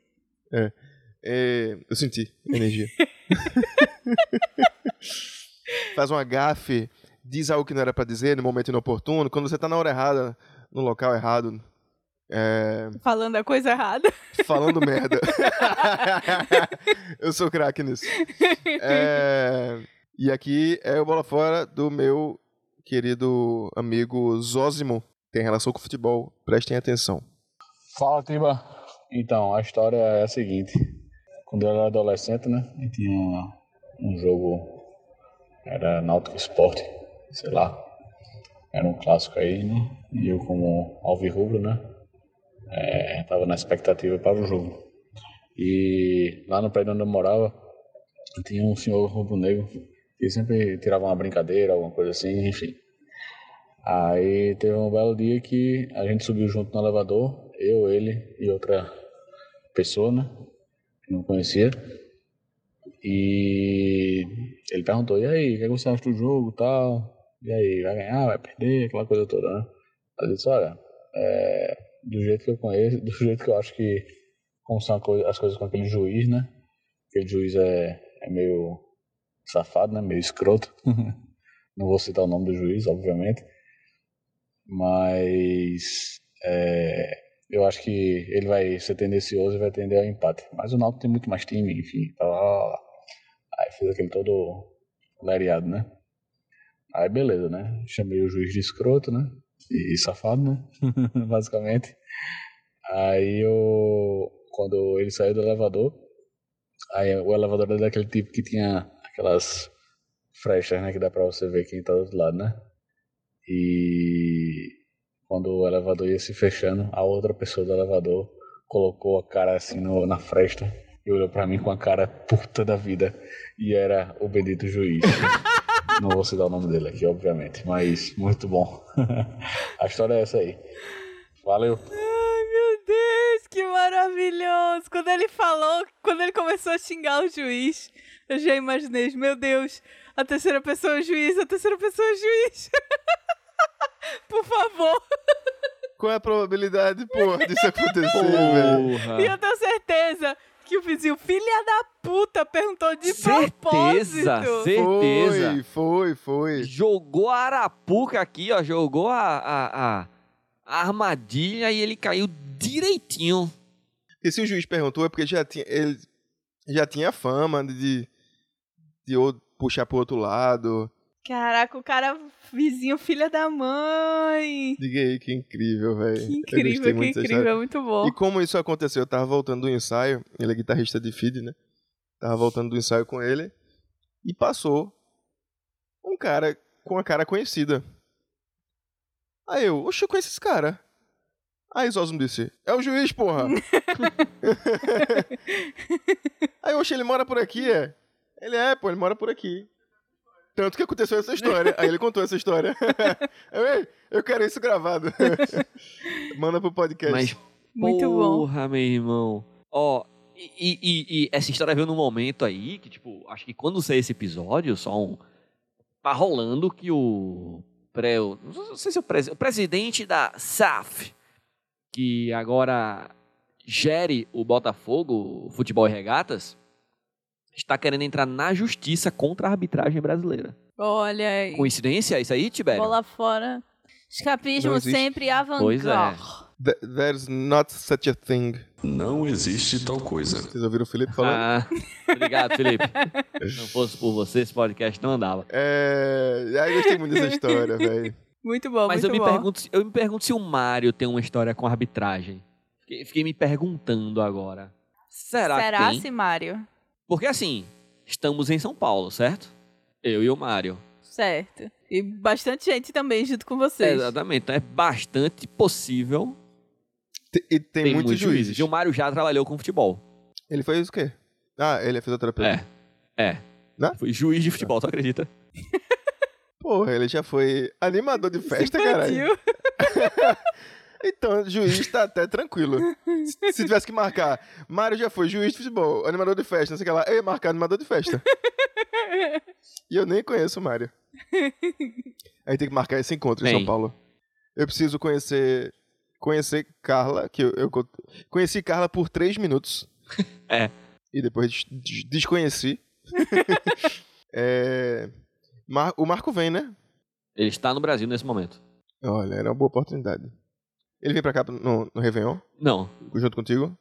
[SPEAKER 2] É, eu senti energia. Faz uma gafe, diz algo que não era pra dizer no momento inoportuno, quando você tá na hora errada, no local errado, é,
[SPEAKER 3] Falando a coisa errada.
[SPEAKER 2] falando merda. eu sou craque nisso. É, e aqui é o Bola Fora do meu querido amigo Zózimo. Tem relação com futebol, prestem atenção.
[SPEAKER 5] Fala, Triba. Então, a história é a seguinte. Quando eu era adolescente, né? E tinha um jogo, era Náutico Sport, sei lá. Era um clássico aí, né? E eu como alvirrubro, né? É, tava na expectativa para o jogo. E lá no prédio onde eu morava, tinha um senhor rubro-negro que sempre tirava uma brincadeira, alguma coisa assim, enfim. Aí teve um belo dia que a gente subiu junto no elevador, eu, ele e outra pessoa, né? Que não conhecia. E ele perguntou, e aí, o que é que você acha do jogo e tal? E aí, vai ganhar, vai perder, aquela coisa toda, né? Eu disse, olha, é, do jeito que eu conheço, [LAUGHS] do jeito que eu acho que como são a coi- as coisas com aquele juiz, né? Aquele juiz é, é meio safado, né? Meio escroto. Não vou citar o nome do juiz, obviamente. Mas é, eu acho que ele vai ser tendencioso e vai tender ao empate. Mas o Náutico tem muito mais time, enfim. Tá lá, lá, lá. Aí fez aquele todo lariado, né? Aí beleza, né? Chamei o juiz de escroto, né? E safado, né? Basicamente. Aí eu. Quando ele saiu do elevador, aí o elevador era daquele tipo que tinha aquelas frechas, né? Que dá pra você ver quem tá do outro lado, né? E quando o elevador ia se fechando, a outra pessoa do elevador colocou a cara assim no- na fresta e olhou pra mim com a cara puta da vida. E era o bendito juiz. Não vou citar o nome dele aqui, obviamente, mas muito bom. [LAUGHS] a história é essa aí. Valeu.
[SPEAKER 3] Ai, meu Deus, que maravilhoso! Quando ele falou, quando ele começou a xingar o juiz, eu já imaginei, meu Deus, a terceira pessoa é o juiz, a terceira pessoa é o juiz. [LAUGHS] Por favor.
[SPEAKER 2] Qual é a probabilidade, pô, [LAUGHS] disso acontecer, velho?
[SPEAKER 1] Porra.
[SPEAKER 3] E eu tenho certeza que o vizinho, filha da puta, perguntou de
[SPEAKER 1] Certeza,
[SPEAKER 3] propósito.
[SPEAKER 1] certeza.
[SPEAKER 2] Foi, foi, foi.
[SPEAKER 1] Jogou a arapuca aqui, ó. Jogou a, a- a- a armadilha e ele caiu direitinho.
[SPEAKER 2] E se o juiz perguntou, é porque já tinha, ele já tinha fama de, de, de ou- puxar pro outro lado.
[SPEAKER 3] Caraca, o cara, vizinho, filha da mãe.
[SPEAKER 2] Diga aí, que incrível, velho.
[SPEAKER 3] Que incrível, que incrível, é muito bom.
[SPEAKER 2] E como isso aconteceu? Eu tava voltando do ensaio, ele é guitarrista de feed, né? Tava voltando do ensaio com ele e passou um cara com a cara conhecida. Aí eu, oxe, eu conheço esse cara. Aí Zosmo disse: É o juiz, porra! Aí eu achei, ele mora por aqui, é? Ele é, pô, ele mora por aqui. Tanto que aconteceu essa história. Aí ele contou essa história. [LAUGHS] eu, "Ei, eu quero isso gravado. [LAUGHS] Manda pro podcast.
[SPEAKER 1] Mas
[SPEAKER 3] Muito bom.
[SPEAKER 1] porra, meu irmão. Ó, e, e- e- e essa história veio num momento aí que, tipo, acho que quando sair esse episódio, só um. Tá rolando que o. Pré, o- não sei se é o, pres- o presidente da SAF, que agora gere o Botafogo, o futebol e regatas, está querendo entrar na justiça contra a arbitragem brasileira.
[SPEAKER 3] Olha aí.
[SPEAKER 1] Coincidência isso aí, Tibério?
[SPEAKER 3] Bola fora.
[SPEAKER 2] Não
[SPEAKER 3] Escapismo
[SPEAKER 2] existe.
[SPEAKER 3] sempre avant
[SPEAKER 1] Pois é.
[SPEAKER 2] Th- There's not such a thing.
[SPEAKER 6] Não existe tal coisa.
[SPEAKER 2] Vocês ouviram o Felipe falando?
[SPEAKER 1] Ah, obrigado, Felipe.
[SPEAKER 2] Ah,
[SPEAKER 1] não fosse por você, esse podcast não andava.
[SPEAKER 2] É. Ai, gostei muito [LAUGHS] dessa história, velho.
[SPEAKER 3] Muito bom,
[SPEAKER 1] Mas eu
[SPEAKER 3] muito
[SPEAKER 1] me,
[SPEAKER 3] bom.
[SPEAKER 1] pergunto, se- eu me pergunto se o Mário tem uma história com arbitragem. Fiquei, fiquei me perguntando agora. Será, que tem?
[SPEAKER 3] se Mário?
[SPEAKER 1] Porque assim, estamos em São Paulo, certo? Eu e o Mário.
[SPEAKER 3] Certo. E bastante gente também junto com vocês.
[SPEAKER 1] Exatamente. Então é bastante possível.
[SPEAKER 2] Te- E tem,
[SPEAKER 1] ter
[SPEAKER 2] muitos, juízes.
[SPEAKER 1] E o Mário já trabalhou com futebol.
[SPEAKER 2] Ele fez o quê? Ah, ele é fisioterapeuta.
[SPEAKER 1] É. É.
[SPEAKER 2] Né?
[SPEAKER 1] Foi juiz de futebol, tu acredita?
[SPEAKER 2] Porra, ele já foi animador de festa, caralho.
[SPEAKER 3] Infantil.
[SPEAKER 2] Então, o juiz tá até tranquilo. Se- Se tivesse que marcar, Mário já foi juiz de futebol, animador de festa, não sei o que lá. Eu ia marcar animador de festa. e eu nem conheço o Mário. Aí tem que marcar esse encontro em
[SPEAKER 1] Tem.
[SPEAKER 2] São Paulo. Eu preciso conhecer. Conhecer Carla, que eu, eu con- conheci Carla por três minutos.
[SPEAKER 1] É.
[SPEAKER 2] E depois des- des- desconheci. [LAUGHS] É, Mar- o Marco vem, né?
[SPEAKER 1] Ele está no Brasil nesse momento.
[SPEAKER 2] Olha, era uma boa oportunidade. Ele vem pra cá no, no Réveillon,
[SPEAKER 1] Não.
[SPEAKER 2] junto contigo?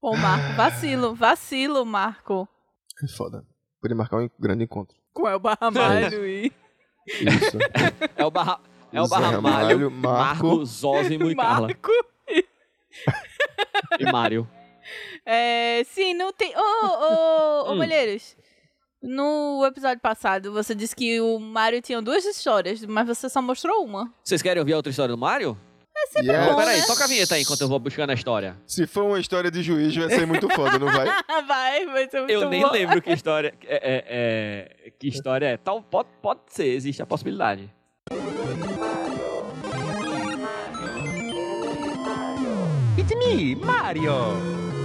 [SPEAKER 3] Pô, Marco, vacilo, vacilo, Marco.
[SPEAKER 2] É foda. Podia marcar um grande encontro.
[SPEAKER 3] Com El Barramalho e
[SPEAKER 2] Isso.
[SPEAKER 1] É o Barra, é o
[SPEAKER 2] Zé
[SPEAKER 1] Barra
[SPEAKER 2] Ramalho,
[SPEAKER 1] Malho,
[SPEAKER 2] Marco.
[SPEAKER 1] Marco, Zózimo e Carla.
[SPEAKER 3] Marco.
[SPEAKER 1] E Mário.
[SPEAKER 3] É, sim, não tem. Ô, ô, ô,
[SPEAKER 1] Hum.
[SPEAKER 3] Malheiros. No episódio passado, você disse que o Mário tinha duas histórias, mas você só mostrou uma. [LAUGHS]
[SPEAKER 1] Vocês querem ouvir a outra história do Mário?
[SPEAKER 2] Yes.
[SPEAKER 1] Então,
[SPEAKER 3] bom,
[SPEAKER 1] peraí,
[SPEAKER 3] né?
[SPEAKER 1] toca a vinheta aí enquanto eu vou buscando a história.
[SPEAKER 2] Se for uma história de juiz, vai ser muito foda, não
[SPEAKER 1] [LAUGHS]
[SPEAKER 2] vai?
[SPEAKER 3] Vai, vai ser muito
[SPEAKER 1] Eu nem
[SPEAKER 3] bom.
[SPEAKER 1] lembro que
[SPEAKER 3] [LAUGHS]
[SPEAKER 1] história é, é- é- que história é. Tal, pode, pode ser, existe a possibilidade.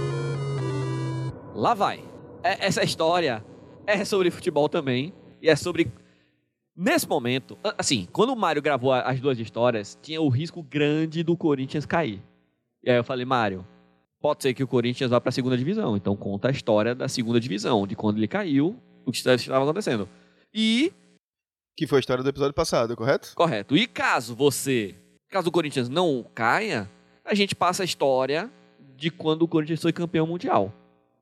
[SPEAKER 1] It's me, Mario! Lá vai. É- essa história é sobre futebol também. E é sobre. Nesse momento, a- assim, quando o Mário gravou a- as duas histórias, tinha o risco grande do Corinthians cair. E aí eu falei, Mário, pode ser que o Corinthians vá para a segunda divisão. Então conta a história da segunda divisão, de quando ele caiu, o que estava acontecendo. E,
[SPEAKER 2] Que foi a história do episódio passado, correto?
[SPEAKER 1] correto, e caso você, caso o Corinthians não caia, a gente passa a história de quando o Corinthians foi campeão mundial.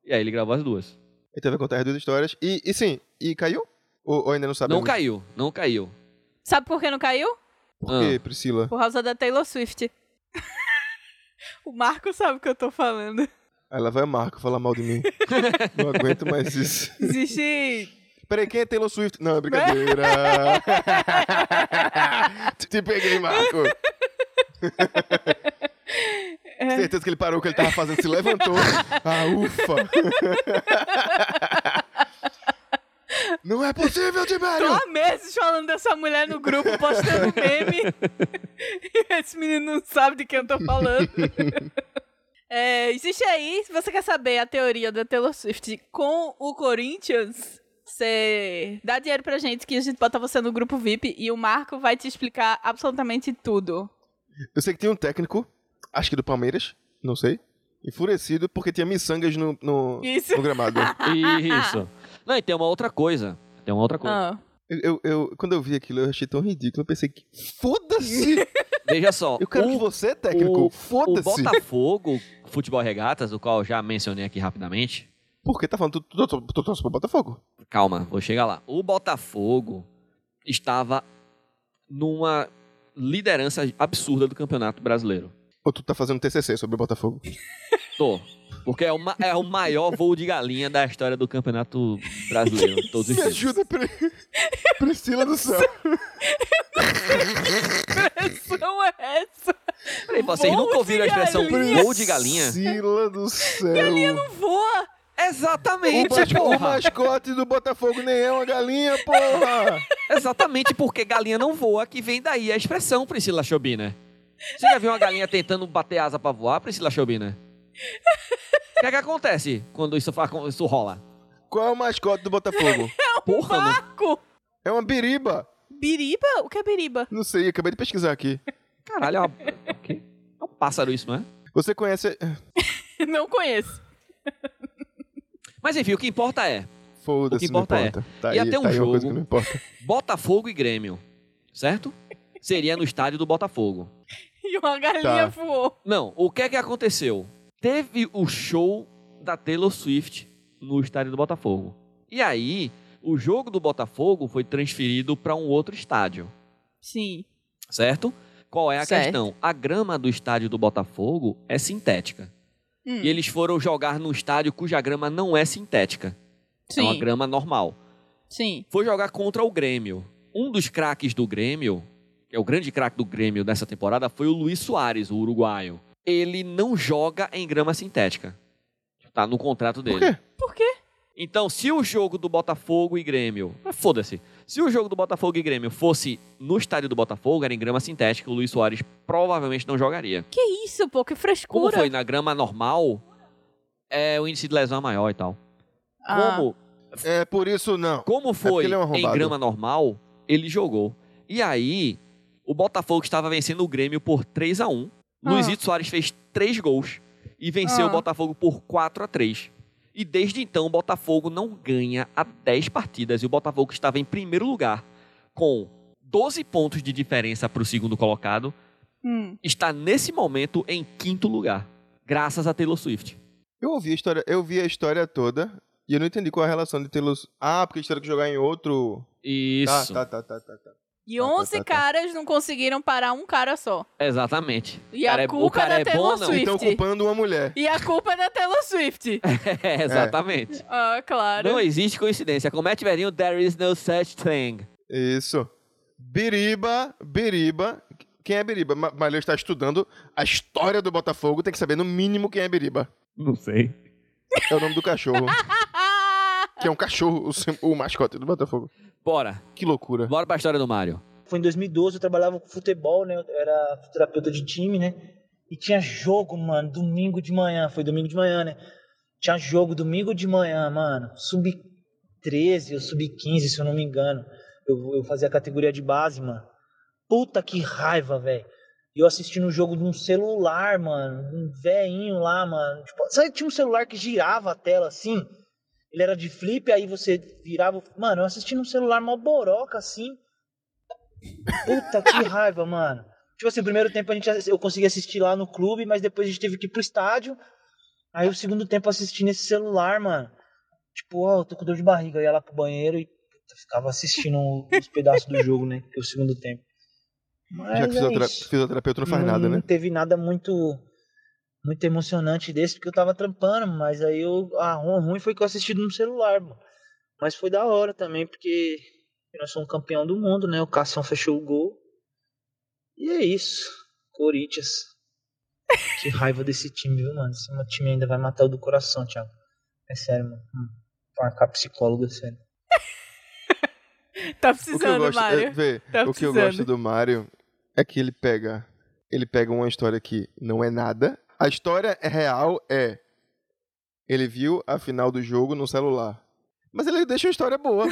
[SPEAKER 1] E aí ele gravou as duas.
[SPEAKER 2] Então vai contar as duas histórias. E, e sim, e caiu? Ou, ou ainda não sabe?
[SPEAKER 1] Não caiu, não caiu.
[SPEAKER 3] Sabe por que não caiu?
[SPEAKER 2] Por quê, Priscila?
[SPEAKER 3] Por causa da Taylor Swift. o Marco sabe o que eu tô falando.
[SPEAKER 2] Aí lá vai o Marco falar mal
[SPEAKER 1] [LAUGHS]
[SPEAKER 2] de mim. não aguento mais isso.
[SPEAKER 3] Existe.
[SPEAKER 2] Peraí, quem é Taylor Swift? Não,
[SPEAKER 1] [LAUGHS]
[SPEAKER 2] é brincadeira. Te peguei, Marco.
[SPEAKER 1] É.
[SPEAKER 2] Certeza que ele parou o que ele tava fazendo, se levantou. Ah, ufa. Não é possível,
[SPEAKER 3] Tô
[SPEAKER 2] Tibério.
[SPEAKER 3] há meses falando dessa mulher no grupo, postando meme. e esse menino não sabe de quem eu tô falando. É, existe aí, se você quer saber a teoria da Taylor Swift com o Corinthians, você dá dinheiro pra gente que a gente bota você no grupo VIP e o Marco vai te explicar absolutamente tudo.
[SPEAKER 2] Eu sei que tinha um técnico, acho que do Palmeiras, não sei, enfurecido porque tinha miçangas no, no,
[SPEAKER 3] Isso.
[SPEAKER 2] no gramado.
[SPEAKER 1] Isso. Não, e tem uma outra coisa. Tem uma outra coisa.
[SPEAKER 3] [LAUGHS] Ah.
[SPEAKER 2] Eu, eu- eu- quando eu vi aquilo, eu achei tão ridículo. Eu pensei que, foda-se!
[SPEAKER 1] Veja só.
[SPEAKER 2] Eu quero
[SPEAKER 1] o-
[SPEAKER 2] que você, é técnico,
[SPEAKER 1] o- O
[SPEAKER 2] foda-se!
[SPEAKER 1] Botafogo, Futebol Regatas, o qual eu já mencionei aqui rapidamente,
[SPEAKER 2] Por que tá falando tu, tu, tu, tu torce pro Botafogo?
[SPEAKER 1] calma, vou chegar lá. O Botafogo estava numa liderança absurda do Campeonato Brasileiro.
[SPEAKER 2] Ou tu tá fazendo TCC sobre o Botafogo?
[SPEAKER 1] Tô. Porque é o, ma- é o maior voo de galinha da história do Campeonato Brasileiro.
[SPEAKER 3] [LAUGHS]
[SPEAKER 1] de Todos os
[SPEAKER 2] Me
[SPEAKER 1] tempos.
[SPEAKER 2] ajuda, [LAUGHS] Pri- Priscila do céu!
[SPEAKER 3] pressão é essa?
[SPEAKER 1] Peraí, vocês
[SPEAKER 3] Voo
[SPEAKER 1] nunca ouviram a
[SPEAKER 3] de
[SPEAKER 1] expressão
[SPEAKER 3] galinha.
[SPEAKER 1] voo de galinha?
[SPEAKER 2] Sila do céu.
[SPEAKER 3] Galinha não voa!
[SPEAKER 2] O,
[SPEAKER 1] Exatamente,
[SPEAKER 2] masco- o
[SPEAKER 1] porra.
[SPEAKER 2] mascote do Botafogo nem é uma galinha, porra!
[SPEAKER 1] Exatamente porque galinha não voa, que vem daí a expressão, Priscila Chobina. Você já viu uma galinha tentando bater asa pra voar, Priscila Chobina? O que é que acontece quando isso, fa- isso rola?
[SPEAKER 2] Qual é o mascote do Botafogo?
[SPEAKER 1] Porra, não-
[SPEAKER 3] Marco!
[SPEAKER 2] É uma biriba.
[SPEAKER 3] Biriba? O que é biriba?
[SPEAKER 2] Não sei, acabei de pesquisar aqui.
[SPEAKER 1] Caralho, é, uma... o quê? é um pássaro isso, não é?
[SPEAKER 2] Você conhece...
[SPEAKER 3] [LAUGHS] Não conheço.
[SPEAKER 1] Mas enfim, o que importa é O
[SPEAKER 2] Foda-se,
[SPEAKER 1] que
[SPEAKER 2] não
[SPEAKER 1] importa é,
[SPEAKER 2] importa. Tá
[SPEAKER 1] ia
[SPEAKER 2] aí,
[SPEAKER 1] ter um
[SPEAKER 2] tá aí uma coisa
[SPEAKER 1] jogo.
[SPEAKER 2] que não importa.
[SPEAKER 1] Botafogo e Grêmio, certo? Seria no estádio do Botafogo.
[SPEAKER 3] E uma galinha
[SPEAKER 2] Tá.
[SPEAKER 3] voou.
[SPEAKER 1] Não, o que é que aconteceu? Teve o show da Taylor Swift no estádio do Botafogo. E aí, o jogo do Botafogo foi transferido para um outro estádio,
[SPEAKER 3] Sim.
[SPEAKER 1] certo? Qual é a
[SPEAKER 3] Certo.
[SPEAKER 1] questão? A grama do estádio do Botafogo é sintética.
[SPEAKER 3] Hum,
[SPEAKER 1] E eles foram jogar num estádio cuja grama não é sintética. É uma
[SPEAKER 3] sim,
[SPEAKER 1] grama normal.
[SPEAKER 3] sim.
[SPEAKER 1] foi jogar contra o Grêmio. Um dos craques do Grêmio, que é o grande craque do Grêmio dessa temporada, foi o Luiz Soares, o uruguaio. Ele não joga em grama sintética. Tá no contrato dele.
[SPEAKER 2] Por quê?
[SPEAKER 3] Por quê?
[SPEAKER 1] Então, se o jogo do Botafogo e Grêmio. Ah, Foda-se. Se o jogo do Botafogo e Grêmio fosse no estádio do Botafogo, era em grama sintética, o Luiz Soares provavelmente não jogaria.
[SPEAKER 3] Que isso, pô? Que
[SPEAKER 1] Como
[SPEAKER 3] frescura.
[SPEAKER 1] foi na grama normal, é, o índice de lesão é maior e tal.
[SPEAKER 3] Ah,
[SPEAKER 1] Como
[SPEAKER 2] É por isso, não.
[SPEAKER 1] Como foi
[SPEAKER 2] porque ele é um
[SPEAKER 1] em
[SPEAKER 2] arrombado.
[SPEAKER 1] grama normal, ele jogou. E aí, o Botafogo estava vencendo o Grêmio por 3 a 1
[SPEAKER 3] Ah.
[SPEAKER 1] Luizito Soares fez 3 gols e venceu
[SPEAKER 3] Ah.
[SPEAKER 1] o Botafogo por 4 a 3 E desde então, o Botafogo não ganha há 10 partidas. E o Botafogo estava em primeiro lugar, com 12 pontos de diferença para o segundo colocado.
[SPEAKER 3] hum.
[SPEAKER 1] Está, nesse momento, em quinto lugar. Graças a Taylor Swift.
[SPEAKER 2] Eu ouvi a história, eu vi a história toda e eu não entendi qual é a relação de tê-los. Ah, porque eles tiveram que jogar em outro.
[SPEAKER 1] Isso.
[SPEAKER 2] Tá, tá, tá, tá, tá, tá.
[SPEAKER 3] E
[SPEAKER 2] Tá, tá,
[SPEAKER 3] 11
[SPEAKER 2] tá, tá.
[SPEAKER 3] caras não conseguiram parar um cara só.
[SPEAKER 1] tá. Exatamente.
[SPEAKER 3] E
[SPEAKER 1] Cara,
[SPEAKER 3] a
[SPEAKER 1] é- o
[SPEAKER 3] culpa
[SPEAKER 1] cara
[SPEAKER 3] da
[SPEAKER 1] é bom,
[SPEAKER 3] Taylor
[SPEAKER 1] não?
[SPEAKER 3] Swift.
[SPEAKER 2] Então culpando uma mulher.
[SPEAKER 3] E a culpa é da
[SPEAKER 2] [LAUGHS]
[SPEAKER 3] Taylor Swift.
[SPEAKER 1] É, exatamente.
[SPEAKER 3] Ah, claro.
[SPEAKER 1] Não existe coincidência. Comete velhinho, there is no such thing.
[SPEAKER 2] Isso. Biriba, Biriba. Quem é Biriba? Ma- Malheu está estudando a história do Botafogo, tem que saber no mínimo quem é Biriba.
[SPEAKER 1] Não sei.
[SPEAKER 2] É o nome do cachorro. [LAUGHS]
[SPEAKER 3] Ah!
[SPEAKER 2] que é um cachorro, o, sim- o mascote do Botafogo.
[SPEAKER 1] Bora.
[SPEAKER 2] Que loucura.
[SPEAKER 1] Bora pra história do Mario.
[SPEAKER 7] Foi em 2012, eu trabalhava com futebol, né? Eu era terapeuta de time, né? E tinha jogo, mano, domingo de manhã. Foi domingo de manhã, né? Tinha jogo domingo de manhã, mano. Sub-13 ou sub-15, se eu não me engano. Eu, eu fazia a categoria de base, mano. Puta que raiva, velho. E eu assistindo o jogo de um celular, mano. Um veinho lá, mano. Tipo, sabe que tinha um celular que girava a tela assim? Ele era de flip, aí você virava. Mano, eu assistindo um celular mó boroca assim. Puta que raiva, mano. Tipo assim, o primeiro tempo a gente, eu consegui assistir lá no clube, mas depois a gente teve que ir pro estádio. Aí o segundo tempo eu assisti nesse celular, mano. Tipo, ó, eu tô com dor de barriga. Eu ia lá pro banheiro e puta, ficava assistindo os pedaços do jogo, né? Que é o segundo tempo. Mas
[SPEAKER 2] Já que
[SPEAKER 7] é
[SPEAKER 2] fisiotera-
[SPEAKER 7] isso. Hum.
[SPEAKER 2] fisioterapeuta não faz
[SPEAKER 7] não,
[SPEAKER 2] nada, né?
[SPEAKER 7] Não teve nada muito muito emocionante desse, porque eu tava trampando, mas aí eu. Ah, o ruim foi que eu assisti no celular, mano. Mas foi da hora também, porque nós somos campeão do mundo, né? O Cação fechou o gol. E é isso.
[SPEAKER 2] [LAUGHS]
[SPEAKER 7] Corinthians. Que raiva desse time, viu, mano? Esse meu time ainda vai matar o do coração, Thiago. É sério, mano. Hum. Vou Marcar psicólogo, é sério.
[SPEAKER 3] [LAUGHS] Tá
[SPEAKER 2] O que eu
[SPEAKER 3] precisando,
[SPEAKER 2] gosto, é,
[SPEAKER 3] Mário.
[SPEAKER 2] vê,
[SPEAKER 3] Tá
[SPEAKER 2] o que eu
[SPEAKER 3] precisando.
[SPEAKER 2] gosto do Mario é que ele pega, ele pega uma história que não é nada. A história é real é ele viu a final do jogo no celular. Mas ele deixa uma história boa.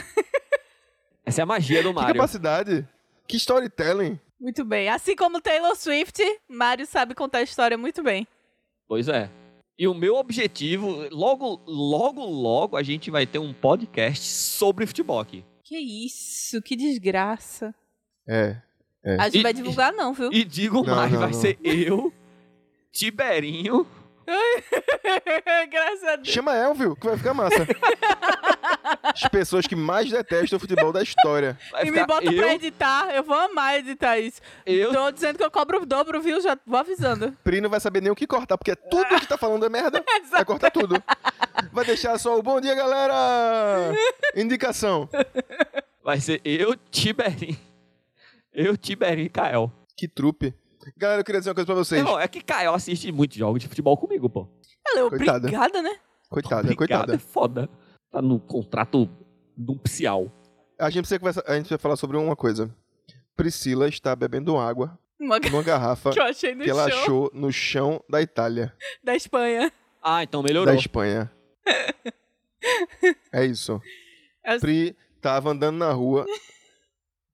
[SPEAKER 1] Essa é a magia
[SPEAKER 3] [LAUGHS]
[SPEAKER 1] do
[SPEAKER 2] Que
[SPEAKER 1] Mario.
[SPEAKER 2] capacidade? Que storytelling?
[SPEAKER 3] Muito bem. Assim como Taylor Swift, Mário sabe contar a história muito bem.
[SPEAKER 1] Pois é. E o meu objetivo, logo, logo, logo, a gente vai ter um podcast sobre futebol aqui.
[SPEAKER 3] Que isso, que desgraça.
[SPEAKER 2] É.
[SPEAKER 3] A gente
[SPEAKER 1] E-
[SPEAKER 3] vai divulgar, não, viu?
[SPEAKER 1] E digo
[SPEAKER 2] Não,
[SPEAKER 1] mais,
[SPEAKER 2] não,
[SPEAKER 1] vai
[SPEAKER 2] não.
[SPEAKER 1] ser eu, Tiberinho.
[SPEAKER 3] [LAUGHS] Graças a Deus.
[SPEAKER 2] Chama Elvio, que vai ficar massa. As pessoas que mais detestam o futebol da história.
[SPEAKER 1] Vai
[SPEAKER 3] E me
[SPEAKER 1] ficar
[SPEAKER 3] bota
[SPEAKER 1] eu,
[SPEAKER 3] pra editar. Eu vou amar editar isso.
[SPEAKER 1] eu,
[SPEAKER 3] Tô dizendo que eu cobro o dobro, viu? Já vou avisando.
[SPEAKER 2] Pri não vai saber nem o que cortar, porque tudo que tá falando é merda. Vai cortar tudo. Vai deixar só o bom dia, galera! Indicação.
[SPEAKER 1] vai ser [LAUGHS] eu, Tiberinho. Eu, Tiberinho e Kael.
[SPEAKER 2] Que trupe. Galera, eu queria dizer uma coisa pra vocês.
[SPEAKER 1] Irmão, é que Caio assiste muitos jogos de futebol comigo, pô.
[SPEAKER 3] Ela é
[SPEAKER 2] Coitada.
[SPEAKER 3] obrigada, né?
[SPEAKER 2] Coitada,
[SPEAKER 1] Obrigado, é
[SPEAKER 2] coitada.
[SPEAKER 1] foda. Tá no contrato nupcial.
[SPEAKER 2] A gente precisa conversar, a gente vai falar sobre uma coisa. Priscila está bebendo água
[SPEAKER 3] Uma [LAUGHS] que
[SPEAKER 2] numa garrafa
[SPEAKER 3] eu achei no
[SPEAKER 2] que ela
[SPEAKER 3] show
[SPEAKER 2] achou no chão da Itália,
[SPEAKER 3] da Espanha.
[SPEAKER 1] Ah, então
[SPEAKER 2] da
[SPEAKER 1] melhorou.
[SPEAKER 3] [LAUGHS]
[SPEAKER 2] Espanha. é isso.
[SPEAKER 3] Ela-
[SPEAKER 2] Pri tava andando na rua.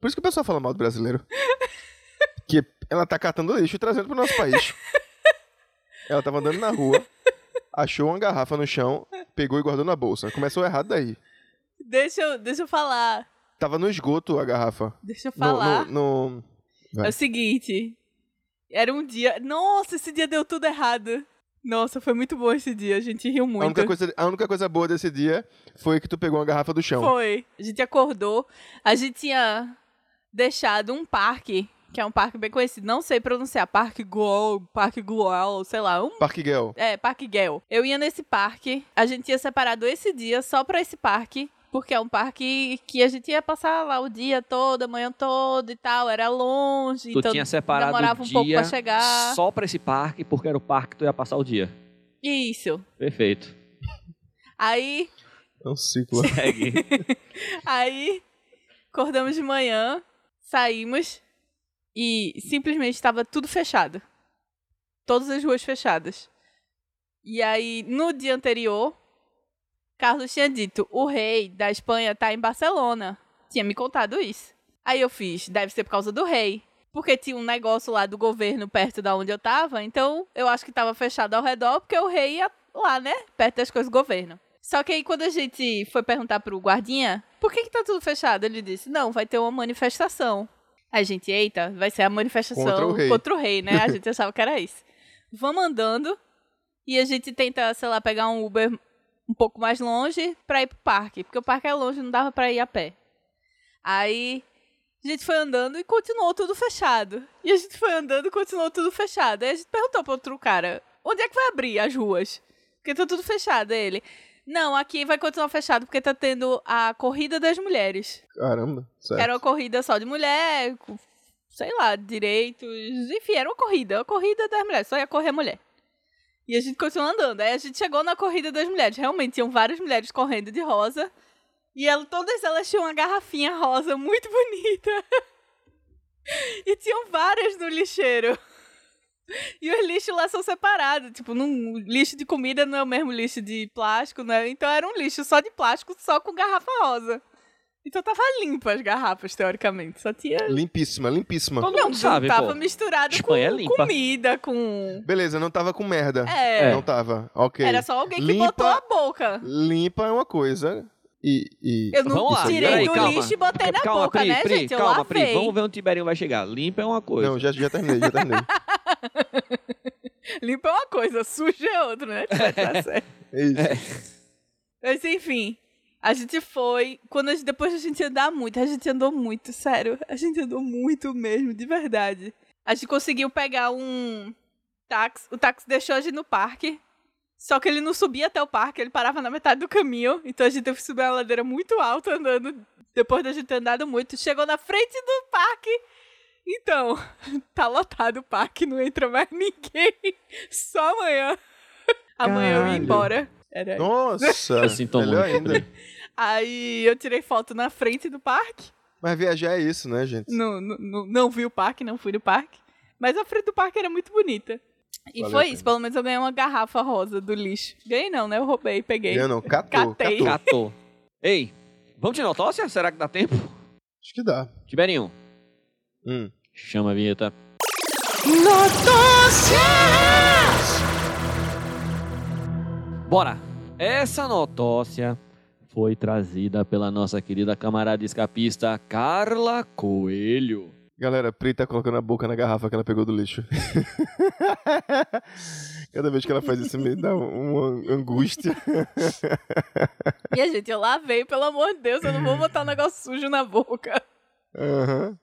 [SPEAKER 2] Por isso que o pessoal fala mal do brasileiro. Que ela tá catando lixo e trazendo pro nosso país. Ela tava andando na rua, achou uma garrafa no chão, pegou e guardou na bolsa. Começou errado daí.
[SPEAKER 3] Deixa eu, deixa eu falar.
[SPEAKER 2] Tava no esgoto a garrafa.
[SPEAKER 3] Deixa eu
[SPEAKER 2] No-
[SPEAKER 3] falar.
[SPEAKER 2] No, no- vai.
[SPEAKER 3] É o seguinte. Era um dia. Nossa, esse dia deu tudo errado. Nossa, foi muito bom esse dia. A gente riu
[SPEAKER 2] A,
[SPEAKER 3] muito.
[SPEAKER 2] única coisa, a única coisa boa desse dia foi que tu pegou uma garrafa do chão.
[SPEAKER 3] Foi. A gente acordou. A gente tinha deixado um parque, que é um parque bem conhecido. Não sei pronunciar. Parque Goal, Parque Goal, sei lá. Um
[SPEAKER 2] Parque Gale.
[SPEAKER 3] É, Parque Gale. Eu ia nesse parque, a gente tinha separado esse dia só pra esse parque, porque é um parque que a gente ia passar lá o dia todo, a manhã toda e tal, era longe,
[SPEAKER 1] Tu
[SPEAKER 3] então
[SPEAKER 1] tinha separado
[SPEAKER 3] demorava
[SPEAKER 1] o
[SPEAKER 3] um
[SPEAKER 1] dia
[SPEAKER 3] pouco pra chegar.
[SPEAKER 1] só pra esse parque, porque era o parque que tu ia passar o dia.
[SPEAKER 3] Isso.
[SPEAKER 1] Perfeito.
[SPEAKER 3] Aí,
[SPEAKER 2] É um ciclo.
[SPEAKER 1] Segue.
[SPEAKER 3] aí acordamos de manhã, saímos e simplesmente estava tudo fechado. Todas as ruas fechadas. E aí, no dia anterior, Carlos tinha dito: o rei da Espanha tá em Barcelona. Tinha me contado isso. Aí eu fiz: deve ser por causa do rei. Porque tinha um negócio lá do governo perto da onde eu tava, então eu acho que tava fechado ao redor, porque o rei ia lá, né? Perto das coisas do governo. Só que aí quando a gente foi perguntar pro guardinha, por que que tá tudo fechado? Ele disse, não, vai ter uma manifestação. A gente, eita, vai ser a manifestação
[SPEAKER 2] Contra o rei.
[SPEAKER 3] contra o rei, né?
[SPEAKER 2] [LAUGHS]
[SPEAKER 3] A gente achava que era isso. Vamos andando e a gente tenta, sei lá, pegar um Uber um pouco mais longe pra ir pro parque, porque o parque é longe, não dava pra ir a pé. Aí a gente foi andando e continuou tudo fechado. E a gente foi andando e continuou tudo fechado. Aí a gente perguntou pro outro cara: onde é que vai abrir as ruas? Porque tá tudo fechado. Aí ele: não, aqui vai continuar fechado porque tá tendo a corrida das mulheres.
[SPEAKER 2] Caramba. Sério.
[SPEAKER 3] Era uma corrida só de mulher, com, sei lá, direitos. Enfim, era uma corrida, uma corrida das mulheres, só ia correr mulher. E a gente continuou andando. Aí a gente chegou na corrida das mulheres. Realmente tinham várias mulheres correndo de rosa. E ela, todas elas tinham uma garrafinha rosa muito bonita. E tinham várias no lixeiro. E os lixos lá são separados. Tipo, num, o lixo de comida não é o mesmo lixo de plástico, né? Então era um lixo só de plástico, só com garrafa rosa. Então tava limpa as garrafas, teoricamente. Só tinha.
[SPEAKER 2] Limpíssima,
[SPEAKER 1] [LAUGHS]
[SPEAKER 2] limpíssima.
[SPEAKER 1] Todo
[SPEAKER 3] Não,
[SPEAKER 1] mundo sabe,
[SPEAKER 3] tava
[SPEAKER 1] pô.
[SPEAKER 3] misturado
[SPEAKER 1] Espanha
[SPEAKER 3] com
[SPEAKER 1] é limpa.
[SPEAKER 3] comida, com.
[SPEAKER 2] Beleza, não tava com merda.
[SPEAKER 3] É,
[SPEAKER 2] Não tava. Ok.
[SPEAKER 3] Era só alguém que
[SPEAKER 2] Limpa-
[SPEAKER 3] botou a boca.
[SPEAKER 2] Limpa é uma coisa. E. e...
[SPEAKER 3] Eu não
[SPEAKER 1] Vamos lá,
[SPEAKER 3] tirei
[SPEAKER 1] peraí,
[SPEAKER 3] do
[SPEAKER 1] calma. É,
[SPEAKER 3] lixo e botei na
[SPEAKER 1] calma,
[SPEAKER 3] boca,
[SPEAKER 1] Pri,
[SPEAKER 3] né,
[SPEAKER 1] Pri,
[SPEAKER 3] gente? Eu
[SPEAKER 1] calma,
[SPEAKER 3] lavei.
[SPEAKER 1] Pri. Vamos ver onde o Tiberinho vai chegar. Limpa é uma coisa.
[SPEAKER 2] Não, já, já terminei, já terminei.
[SPEAKER 1] [LAUGHS]
[SPEAKER 3] Limpa é uma coisa, suja é outra, né? [LAUGHS] Tá certo.
[SPEAKER 2] É isso.
[SPEAKER 3] Mas enfim, a gente foi. Quando a gente- depois a gente andar muito, a gente andou muito, sério. A gente andou muito mesmo, de verdade. A gente conseguiu pegar um táxi. O táxi deixou a gente no parque. Só que ele não subia até o parque, ele parava na metade do caminho. Então a gente teve que subir uma ladeira muito alta andando. Depois da gente ter andado muito, chegou na frente do parque. Então, [LAUGHS] tá lotado o parque, não entra mais [LAUGHS] ninguém. Só amanhã. Amanhã eu ia
[SPEAKER 2] Caralho.
[SPEAKER 3] embora. Era
[SPEAKER 2] Nossa.
[SPEAKER 1] É. Eu sinto
[SPEAKER 2] melhor
[SPEAKER 1] muito.
[SPEAKER 2] ainda.
[SPEAKER 3] Aí eu tirei foto na frente do parque.
[SPEAKER 2] Mas viajar é isso, né, gente?
[SPEAKER 3] Não, não, não- não vi o parque, não fui no parque. Mas a frente do parque era muito bonita. E
[SPEAKER 2] Valeu a
[SPEAKER 3] foi
[SPEAKER 2] pena.
[SPEAKER 3] isso, pelo menos eu ganhei uma garrafa rosa do lixo. Ganhei não, né? Eu roubei, peguei.
[SPEAKER 2] Eu não, catou,
[SPEAKER 3] Catei.
[SPEAKER 2] catou.
[SPEAKER 1] Catou. Ei, vamos de notócia? Será que dá tempo?
[SPEAKER 2] Acho que dá.
[SPEAKER 1] Tiberinho,
[SPEAKER 2] Hum.
[SPEAKER 1] chama a vinheta. Notócia! Bora! Essa notócia foi trazida pela nossa querida camarada escapista Carla Coelho.
[SPEAKER 2] Galera, a Pri tá colocando a boca na garrafa que ela pegou do lixo. [LAUGHS] Cada vez que ela faz isso, me dá uma angústia.
[SPEAKER 3] E a gente, eu lavei, pelo amor de Deus, eu não vou botar um negócio sujo na boca.
[SPEAKER 2] Aham.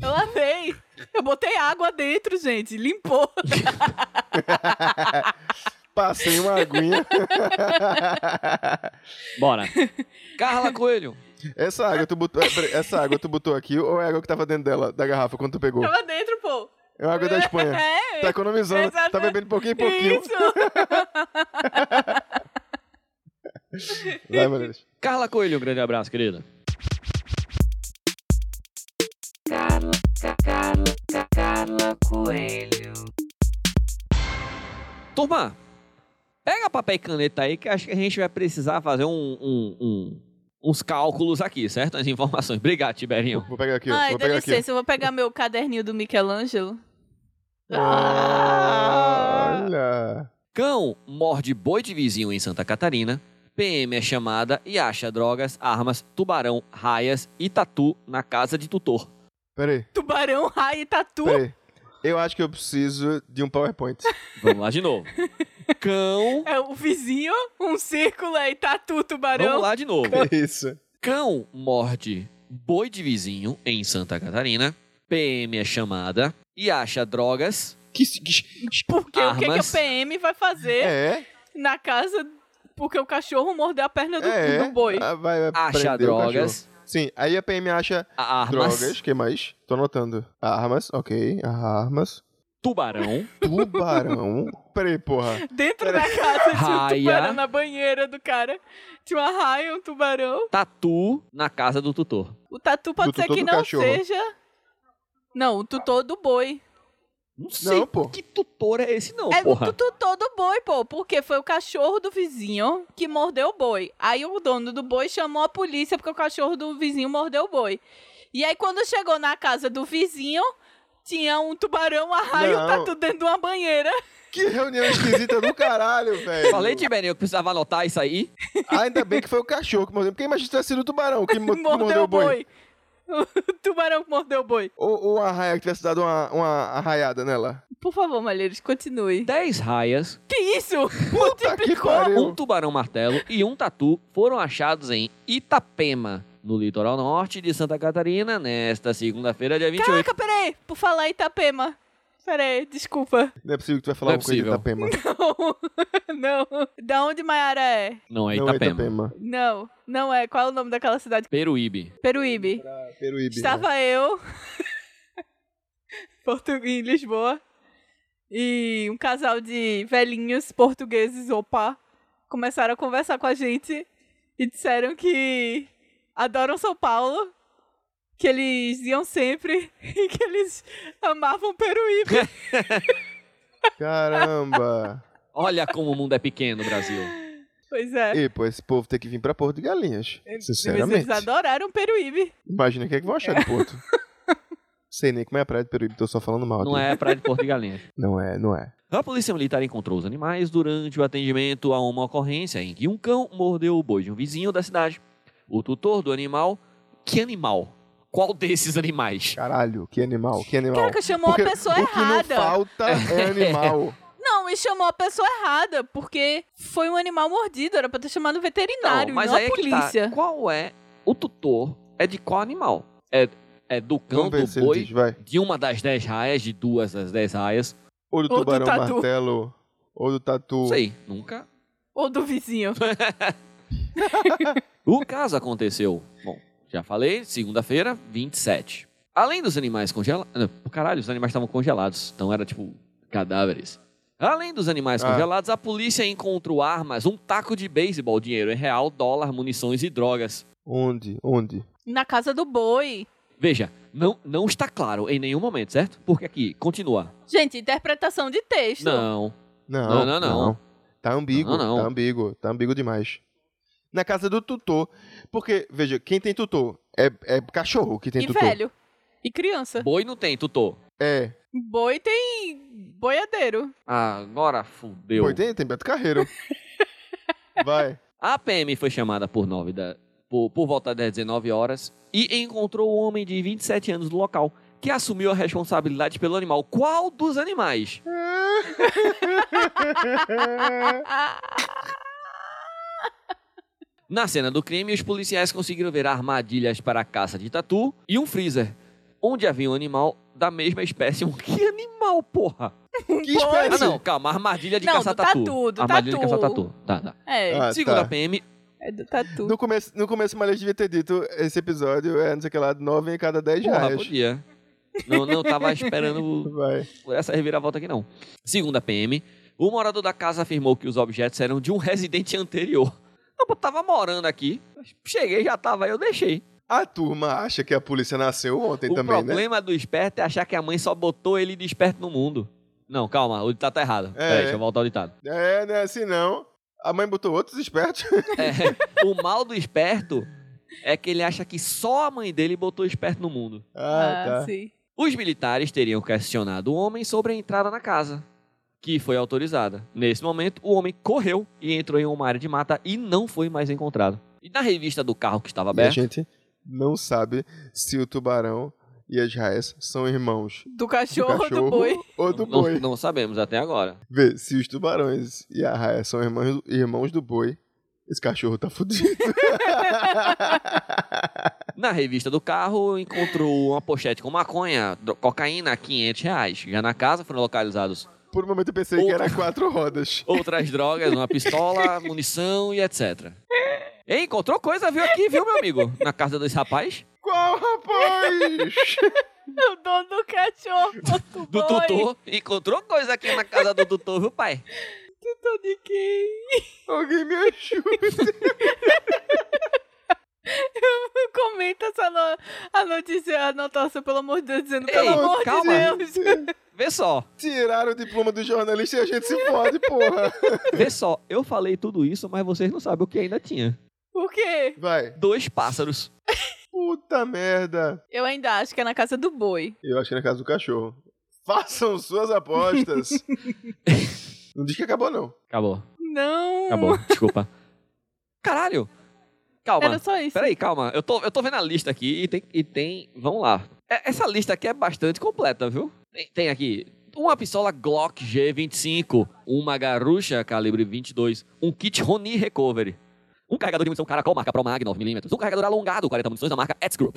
[SPEAKER 3] Eu lavei. Eu botei água dentro,
[SPEAKER 2] [LAUGHS]
[SPEAKER 3] gente. Limpou.
[SPEAKER 2] Passei uma aguinha.
[SPEAKER 1] Bora! Carla Coelho!
[SPEAKER 2] é Essa água, tu botou, essa água tu botou aqui ou é a água que tava dentro dela, da garrafa, quando tu pegou?
[SPEAKER 3] Tava dentro,
[SPEAKER 2] É uma água da Espanha.
[SPEAKER 3] [LAUGHS] É,
[SPEAKER 2] Tá economizando, tá
[SPEAKER 3] Exatamente.
[SPEAKER 2] bebendo pouquinho em pouquinho.
[SPEAKER 3] Isso.
[SPEAKER 2] Vai, Maurício.
[SPEAKER 1] Carla Coelho, um grande abraço, querida. Turma, pega papel e caneta aí que acho que a gente vai precisar fazer um- um- um- uns cálculos aqui, certo? As informações. Obrigado, Tiberinho.
[SPEAKER 2] Vou pegar aqui, ó.
[SPEAKER 3] Ai,
[SPEAKER 2] vou
[SPEAKER 3] dá
[SPEAKER 2] pegar aqui.
[SPEAKER 3] licença, eu vou pegar meu caderninho do Michelangelo. Ah!
[SPEAKER 2] Olha.
[SPEAKER 1] Cão morde boi de vizinho em Santa Catarina. PM é chamada e acha drogas, armas, tubarão, raias e tatu na casa de tutor.
[SPEAKER 2] Peraí,
[SPEAKER 3] Tubarão, raio e tatu.
[SPEAKER 2] peraí. Eu acho que eu preciso de
[SPEAKER 1] [LAUGHS]
[SPEAKER 2] um PowerPoint.
[SPEAKER 1] Vamos lá de novo. Cão.
[SPEAKER 3] É o vizinho, um círculo aí, tatu,
[SPEAKER 1] Vamos
[SPEAKER 3] tubarão.
[SPEAKER 1] lá de novo. [LAUGHS]
[SPEAKER 2] Isso.
[SPEAKER 1] Cão morde boi de vizinho em Santa Catarina. PM é chamada e acha drogas.
[SPEAKER 2] Que, que-
[SPEAKER 3] Porque o que, que
[SPEAKER 1] Armas.
[SPEAKER 3] o PM vai fazer
[SPEAKER 2] é,
[SPEAKER 3] na casa porque o cachorro mordeu a perna do,
[SPEAKER 2] é.
[SPEAKER 3] do boi?
[SPEAKER 2] Ah, vai, vai
[SPEAKER 1] Acha
[SPEAKER 2] prender o
[SPEAKER 1] drogas,
[SPEAKER 2] cachorro. Sim, aí a PM acha
[SPEAKER 1] armas,
[SPEAKER 2] drogas, que mais? Tô anotando. Armas, ok. Armas.
[SPEAKER 1] tubarão,
[SPEAKER 2] Tubarão. Peraí, porra.
[SPEAKER 3] Dentro da casa tinha um
[SPEAKER 1] Raia.
[SPEAKER 3] tubarão na banheira do cara. Tinha uma raia, um tubarão.
[SPEAKER 1] tatu na casa do tutor.
[SPEAKER 3] O tatu pode
[SPEAKER 2] Do
[SPEAKER 3] ser
[SPEAKER 2] tutor
[SPEAKER 3] que
[SPEAKER 2] do
[SPEAKER 3] não
[SPEAKER 2] cachorro.
[SPEAKER 3] seja. Não, o tutor do boi.
[SPEAKER 1] Não sei
[SPEAKER 2] Não, pô.
[SPEAKER 1] que tutor é esse não,
[SPEAKER 3] É
[SPEAKER 1] porra.
[SPEAKER 3] o tutor do boi, pô. Porque foi o cachorro do vizinho que mordeu o boi. Aí o dono do boi chamou a polícia porque o cachorro do vizinho mordeu o boi. E aí quando chegou na casa do vizinho, tinha um tubarão, uma raia, e um
[SPEAKER 2] Não.
[SPEAKER 3] tatu dentro de uma banheira.
[SPEAKER 2] Que reunião esquisita do caralho, velho.
[SPEAKER 1] Falei, Tiberinho, que precisava anotar isso aí.
[SPEAKER 2] Ainda bem que foi o cachorro que mordeu. Porque imagina se tivesse sido o tubarão
[SPEAKER 3] [LAUGHS]
[SPEAKER 2] que mo- que
[SPEAKER 3] mordeu, o boi. [LAUGHS] O tubarão que mordeu o boi.
[SPEAKER 2] Ou, ou a raia que tivesse dado uma, uma arraiada nela.
[SPEAKER 3] Por favor, Malheiros, continue.
[SPEAKER 1] 10 raias,
[SPEAKER 3] Que [LAUGHS] isso?
[SPEAKER 2] Puta Tá, que pariu.
[SPEAKER 1] um tubarão martelo e um tatu foram achados em Itapema, no litoral norte de Santa Catarina, nesta segunda-feira, dia 28.
[SPEAKER 3] Caraca, peraí. Por falar em Itapema. Peraí, desculpa. [LAUGHS]
[SPEAKER 2] Não é possível que tu vai falar
[SPEAKER 1] Não é
[SPEAKER 2] uma coisa de Itapema.
[SPEAKER 3] Não. Da onde Maiara é?
[SPEAKER 1] Não é
[SPEAKER 2] Não é
[SPEAKER 1] Itapema.
[SPEAKER 2] Itapema.
[SPEAKER 3] Não, não é. Qual é o nome daquela cidade?
[SPEAKER 1] Peruíbe.
[SPEAKER 3] Peruíbe.
[SPEAKER 2] Peruíbe. né?
[SPEAKER 3] Estava eu [LAUGHS] portu- em Lisboa e um casal de velhinhos portugueses, opa, começaram a conversar com a gente e disseram que adoram São Paulo, que eles iam sempre [LAUGHS] e que eles amavam Peruíbe.
[SPEAKER 2] Caramba.
[SPEAKER 1] Olha como o mundo é pequeno,
[SPEAKER 2] [LAUGHS]
[SPEAKER 1] Brasil.
[SPEAKER 3] Pois é.
[SPEAKER 2] E, pô, esse povo tem que vir pra Porto de Galinhas.
[SPEAKER 3] Mas
[SPEAKER 2] Sinceramente.
[SPEAKER 3] eles adoraram Peruíbe.
[SPEAKER 2] Imagina o que é que vão achar de Porto. Sei nem como é a praia de Peruíbe, tô só falando mal.
[SPEAKER 1] Não
[SPEAKER 2] aqui.
[SPEAKER 1] é a praia de Porto de Galinhas.
[SPEAKER 2] Não é, não é.
[SPEAKER 1] A polícia militar encontrou os animais durante o atendimento a uma ocorrência em que um cão mordeu o boi de um vizinho da cidade. O tutor do animal. Que animal? Qual desses animais?
[SPEAKER 2] Caralho, que animal, que animal.
[SPEAKER 3] Caraca, chamou
[SPEAKER 2] Porque
[SPEAKER 3] a pessoa
[SPEAKER 2] o que
[SPEAKER 3] errada.
[SPEAKER 2] não falta
[SPEAKER 1] [LAUGHS]
[SPEAKER 2] é animal.
[SPEAKER 3] Não, e chamou a pessoa errada, porque foi um animal mordido, era pra ter chamado o veterinário, não,
[SPEAKER 1] mas
[SPEAKER 3] a
[SPEAKER 1] aí é que tá.
[SPEAKER 3] polícia.
[SPEAKER 1] Qual é o tutor? É de qual animal? É, é do cão,
[SPEAKER 2] Vamos ver
[SPEAKER 1] do
[SPEAKER 2] se ele
[SPEAKER 1] boi,
[SPEAKER 2] diz, vai.
[SPEAKER 1] de uma das dez raias, de duas das dez raias.
[SPEAKER 2] Ou do
[SPEAKER 3] Ou do
[SPEAKER 2] tubarão
[SPEAKER 3] tatu.
[SPEAKER 2] martelo, ou do tatu.
[SPEAKER 1] Não sei, nunca.
[SPEAKER 3] Ou do
[SPEAKER 1] [LAUGHS]
[SPEAKER 3] vizinho.
[SPEAKER 1] O caso aconteceu, bom, já falei, segunda-feira, 27. Além dos animais congelados. Caralho, os animais estavam congelados, então era tipo cadáveres. Além dos animais
[SPEAKER 2] Ah.
[SPEAKER 1] congelados, a polícia encontrou armas, um taco de beisebol, dinheiro em real, dólar, munições e drogas.
[SPEAKER 2] Onde? Onde?
[SPEAKER 3] Na casa do boi.
[SPEAKER 1] Veja, não, não está claro em nenhum momento, certo? Porque aqui, continua.
[SPEAKER 3] Gente, interpretação de texto.
[SPEAKER 1] Não.
[SPEAKER 2] Não,
[SPEAKER 1] Não, não, não.
[SPEAKER 2] Tá ambíguo,
[SPEAKER 1] Não, não, não.
[SPEAKER 2] tá ambíguo, tá ambíguo demais. Na casa do tutor. Porque, veja, quem tem tutor? É, é cachorro que tem
[SPEAKER 3] e
[SPEAKER 2] tutor.
[SPEAKER 3] velho. E criança.
[SPEAKER 1] Boi não tem, tutor.
[SPEAKER 2] É.
[SPEAKER 3] Boi tem boiadeiro.
[SPEAKER 1] Ah, agora fudeu.
[SPEAKER 2] Pô, tem, tem Beto Carreiro. Vai.
[SPEAKER 1] A PM foi chamada por, nove da, por, por volta das 19 horas e encontrou o homem de 27 anos no local, que assumiu a responsabilidade pelo animal. Qual dos animais?
[SPEAKER 3] É. Ah,
[SPEAKER 1] Na cena do crime, os policiais conseguiram ver armadilhas para a caça de tatu e um freezer, onde havia um animal da mesma espécie. Um [LAUGHS] que animal, porra?
[SPEAKER 2] Que espécie?
[SPEAKER 1] Ah, não, calma. Armadilha de
[SPEAKER 3] Não,
[SPEAKER 1] caçar
[SPEAKER 3] do
[SPEAKER 1] tatu.
[SPEAKER 3] tatu, do
[SPEAKER 1] armadilha de
[SPEAKER 3] tatu.
[SPEAKER 1] caçar tatu. Tá, tá.
[SPEAKER 3] É,
[SPEAKER 2] Ah,
[SPEAKER 1] Segundo a
[SPEAKER 2] tá.
[SPEAKER 1] PM,
[SPEAKER 3] é do tatu.
[SPEAKER 2] No começo, no começo o Malês devia ter dito esse episódio é, não sei o que lá, 9 em cada 10
[SPEAKER 1] porra,
[SPEAKER 2] reais.
[SPEAKER 1] podia. Não, não tava esperando
[SPEAKER 2] Vai.
[SPEAKER 1] essa reviravolta aqui, não. Segundo a PM, o morador da casa afirmou que os objetos eram de um residente anterior. Eu tava morando aqui, cheguei, já tava aí, eu deixei.
[SPEAKER 2] A turma acha que a polícia nasceu ontem
[SPEAKER 1] o
[SPEAKER 2] também, né?
[SPEAKER 1] problema do esperto é achar que a mãe só botou ele de esperto no mundo. Não, calma, o ditado tá errado.
[SPEAKER 2] É.
[SPEAKER 1] Peraí, deixa eu voltar ao ditado.
[SPEAKER 2] É, né? Assim não. A mãe botou outros espertos.
[SPEAKER 1] É, [LAUGHS] o mal do esperto é que ele acha que só a mãe dele botou o esperto no mundo.
[SPEAKER 2] ah, tá.
[SPEAKER 3] sim.
[SPEAKER 1] Os militares teriam questionado o homem sobre a entrada na casa, que foi autorizada. Nesse momento, o homem correu e entrou em uma área de mata e não foi mais encontrado. E na revista do carro que estava
[SPEAKER 2] E a
[SPEAKER 1] aberto,
[SPEAKER 2] gente não sabe se o tubarão e as raias são irmãos
[SPEAKER 3] Do
[SPEAKER 2] do
[SPEAKER 3] cachorro,
[SPEAKER 2] cachorro
[SPEAKER 3] do boi.
[SPEAKER 2] ou do
[SPEAKER 1] não,
[SPEAKER 2] boi.
[SPEAKER 1] não sabemos até agora.
[SPEAKER 2] Vê, se os tubarões e a raia são irmãos, irmãos do boi, esse cachorro tá fudido. [LAUGHS]
[SPEAKER 1] Na revista do carro, encontrou uma pochete com maconha, dro- cocaína, 500 reais. Já na casa foram localizados
[SPEAKER 2] Por um momento eu pensei que
[SPEAKER 1] Outra-
[SPEAKER 2] era quatro rodas.
[SPEAKER 1] outras drogas, uma pistola, munição e etc. Ei, encontrou coisa, viu aqui, viu, meu amigo? Na casa desse rapaz,
[SPEAKER 2] Qual, rapaz?
[SPEAKER 3] [LAUGHS]
[SPEAKER 1] [LAUGHS]
[SPEAKER 3] O dono do cachorro.
[SPEAKER 1] do
[SPEAKER 3] Do, boi.
[SPEAKER 1] tutor. Encontrou coisa aqui na casa do tutor, viu, pai?
[SPEAKER 3] Tô de quem? [LAUGHS]
[SPEAKER 2] Alguém me ajuda.
[SPEAKER 3] Comenta essa no- a notícia, a notação, pelo amor de Deus, dizendo,
[SPEAKER 1] Ei,
[SPEAKER 3] pelo amor
[SPEAKER 1] calma.
[SPEAKER 3] de [LAUGHS] Deus.
[SPEAKER 1] Vê só,
[SPEAKER 2] Tiraram o diploma do jornalista e a gente se fode, porra.
[SPEAKER 1] vê só. Eu falei tudo isso, mas vocês não sabem o que ainda tinha.
[SPEAKER 3] Por quê?
[SPEAKER 2] Vai.
[SPEAKER 1] Dois pássaros.
[SPEAKER 2] Puta merda.
[SPEAKER 3] Eu ainda acho que é na casa do boi.
[SPEAKER 2] Eu acho que é na casa do cachorro. Façam
[SPEAKER 1] [LAUGHS]
[SPEAKER 2] suas apostas. não diz que acabou, não.
[SPEAKER 1] Acabou,
[SPEAKER 3] Não.
[SPEAKER 1] acabou, [LAUGHS] desculpa. Caralho! Calma.
[SPEAKER 3] Era só isso.
[SPEAKER 1] Peraí, calma. Eu tô, eu tô vendo a lista aqui e tem. E tem vamos lá. É- Essa lista aqui é bastante completa, viu? Tem, tem aqui uma pistola Glock G25, uma garrucha calibre 22, um kit Roni Recovery, um carregador de munição Caracol marca Pro Mag 9mm, um carregador alongado 40 munições da marca Etz Group,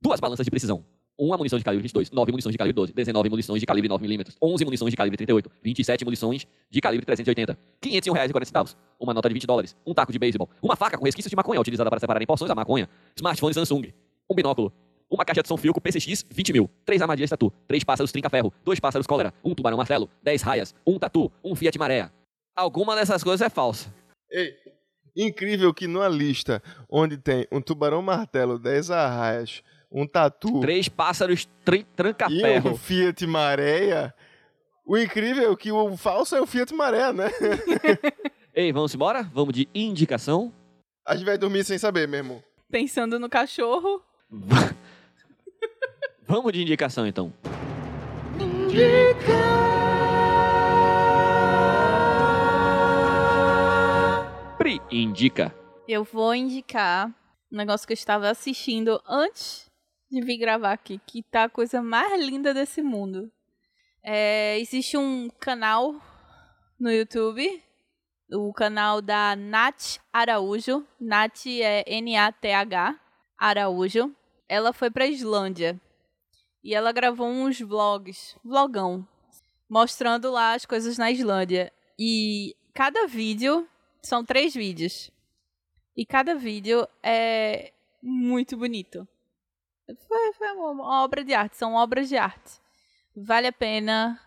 [SPEAKER 1] duas balanças de precisão. Uma munição de calibre 22, 9 munições de calibre 12, 19 munições de calibre 9mm, 11 munições de calibre 38, 27 munições de calibre 380, 501 reais e 40 centavos, uma nota de 20 dólares, um taco de beisebol, uma faca com resquícios de maconha utilizada para separar em porções a maconha, smartphone Samsung, um binóculo, uma caixa de som Filco PCX 20 mil, três armadilhas tatu, três pássaros trinca-ferro, dois pássaros cólera, um tubarão martelo, dez raias, um tatu, um Fiat Maré. Alguma dessas coisas é falsa.
[SPEAKER 2] Ei, incrível que numa lista onde tem um tubarão martelo, 10 arraias, um tatu
[SPEAKER 1] Três pássaros tri-
[SPEAKER 2] e um
[SPEAKER 1] tranca-ferro.
[SPEAKER 2] Fiat Maréia, o incrível é que o falso é o Fiat Maré, né?
[SPEAKER 1] Ei, vamos embora? Vamos de indicação.
[SPEAKER 2] A gente vai dormir sem saber, meu irmão.
[SPEAKER 3] Pensando no cachorro.
[SPEAKER 1] [LAUGHS] Vamos de indicação então. Pri indica.
[SPEAKER 3] Eu vou indicar um negócio que eu estava assistindo antes de vir gravar aqui, que tá a coisa mais linda desse mundo. É, existe um canal no YouTube, o canal da Nath Araújo. Nath é N-A-T-H Araújo. Ela foi pra Islândia e ela gravou uns vlogs, vlogão, mostrando lá as coisas na Islândia. E cada vídeo são três vídeos. E cada vídeo é muito bonito. Foi, foi uma uma obra de arte, são obras de arte. Vale a pena.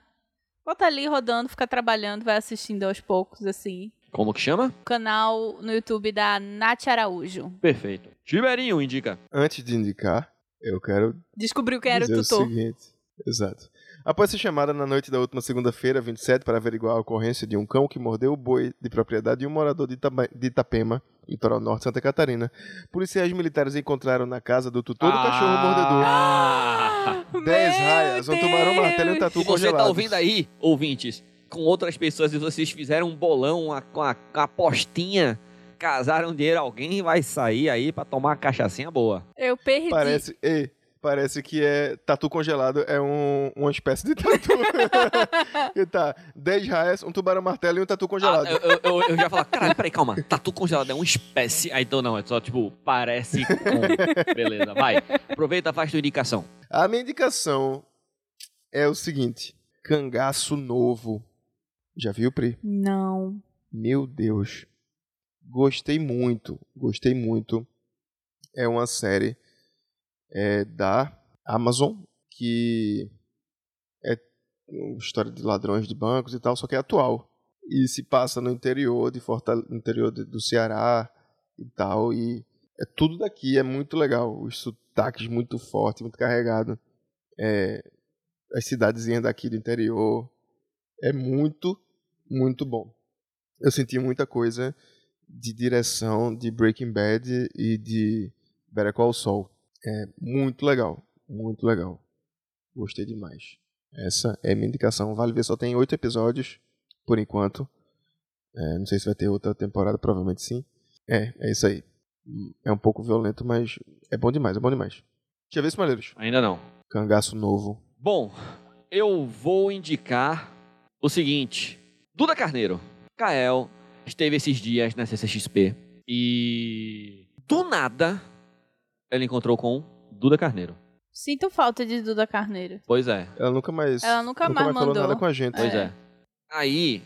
[SPEAKER 3] Bota ali rodando, fica trabalhando, vai assistindo aos poucos, assim.
[SPEAKER 1] Como que chama?
[SPEAKER 3] O canal no YouTube da Nath Araújo.
[SPEAKER 1] Perfeito. Tiberinho indica.
[SPEAKER 2] Antes de indicar, eu quero
[SPEAKER 3] Descobriu quem era o
[SPEAKER 2] dizer
[SPEAKER 3] tutor.
[SPEAKER 2] seguinte. Exato. Após ser chamada na noite da última segunda-feira, 27, para averiguar a ocorrência de um cão que mordeu o boi de propriedade de um morador de, Itaba- de Itapema, litoral norte de Santa Catarina, policiais militares encontraram na casa do tutor do cachorro mordedor
[SPEAKER 1] mordedor.
[SPEAKER 2] 10
[SPEAKER 3] Meu
[SPEAKER 2] raias, um tubarão
[SPEAKER 3] Deus!
[SPEAKER 2] martelo e um tatu
[SPEAKER 1] Ah! Se você
[SPEAKER 2] congelado.
[SPEAKER 1] tá ouvindo aí, ouvintes, com outras pessoas e vocês fizeram um bolão, uma, com a com a apostinha, casaram dinheiro, alguém vai sair aí pra tomar uma cachaçinha boa.
[SPEAKER 3] Eu perdi.
[SPEAKER 2] Parece, ei, parece que é tatu congelado, é um, uma espécie de tatu.
[SPEAKER 1] [LAUGHS]
[SPEAKER 2] e tá, 10 raias, um tubarão martelo e um tatu
[SPEAKER 1] Ah,
[SPEAKER 2] congelado.
[SPEAKER 1] eu, eu, eu- eu já falava, caralho, peraí, calma, tatu congelado é uma espécie. Ah, então não, é só tipo, parece com. Beleza, vai. Aproveita, faz tua indicação.
[SPEAKER 2] A minha indicação é o seguinte: cangaço novo. Já viu, Pri?
[SPEAKER 3] Não.
[SPEAKER 2] Meu Deus. Gostei muito, gostei muito. É uma série é, da Amazon que é uma história de ladrões de bancos e tal, só que é atual. E se passa no interior de Fortale no interior de- do Ceará e tal, e é tudo daqui, é muito legal. Os sotaques muito fortes, muito carregado. É, as cidadezinhas daqui do interior. É muito, muito bom. Eu senti muita coisa de direção de Breaking Bad e de Better Call Saul. É muito legal, muito legal. Gostei demais. Essa é minha indicação. Vale ver, só tem oito episódios por enquanto. É, não sei se vai ter outra temporada, provavelmente sim. É, é isso aí. É um pouco violento, mas é bom demais, é bom demais. Deixa eu ver se maneiros.
[SPEAKER 1] Ainda não.
[SPEAKER 2] Cangaço novo.
[SPEAKER 1] Bom, eu vou indicar o seguinte: Duda Carneiro. Kael esteve esses dias na CCXP e do nada ela encontrou com Duda Carneiro.
[SPEAKER 3] Sinto falta de Duda Carneiro.
[SPEAKER 1] Pois é,
[SPEAKER 2] Ela nunca mais.
[SPEAKER 3] Ela nunca mais mandou.
[SPEAKER 2] falou nada com a gente.
[SPEAKER 1] pois é. Aí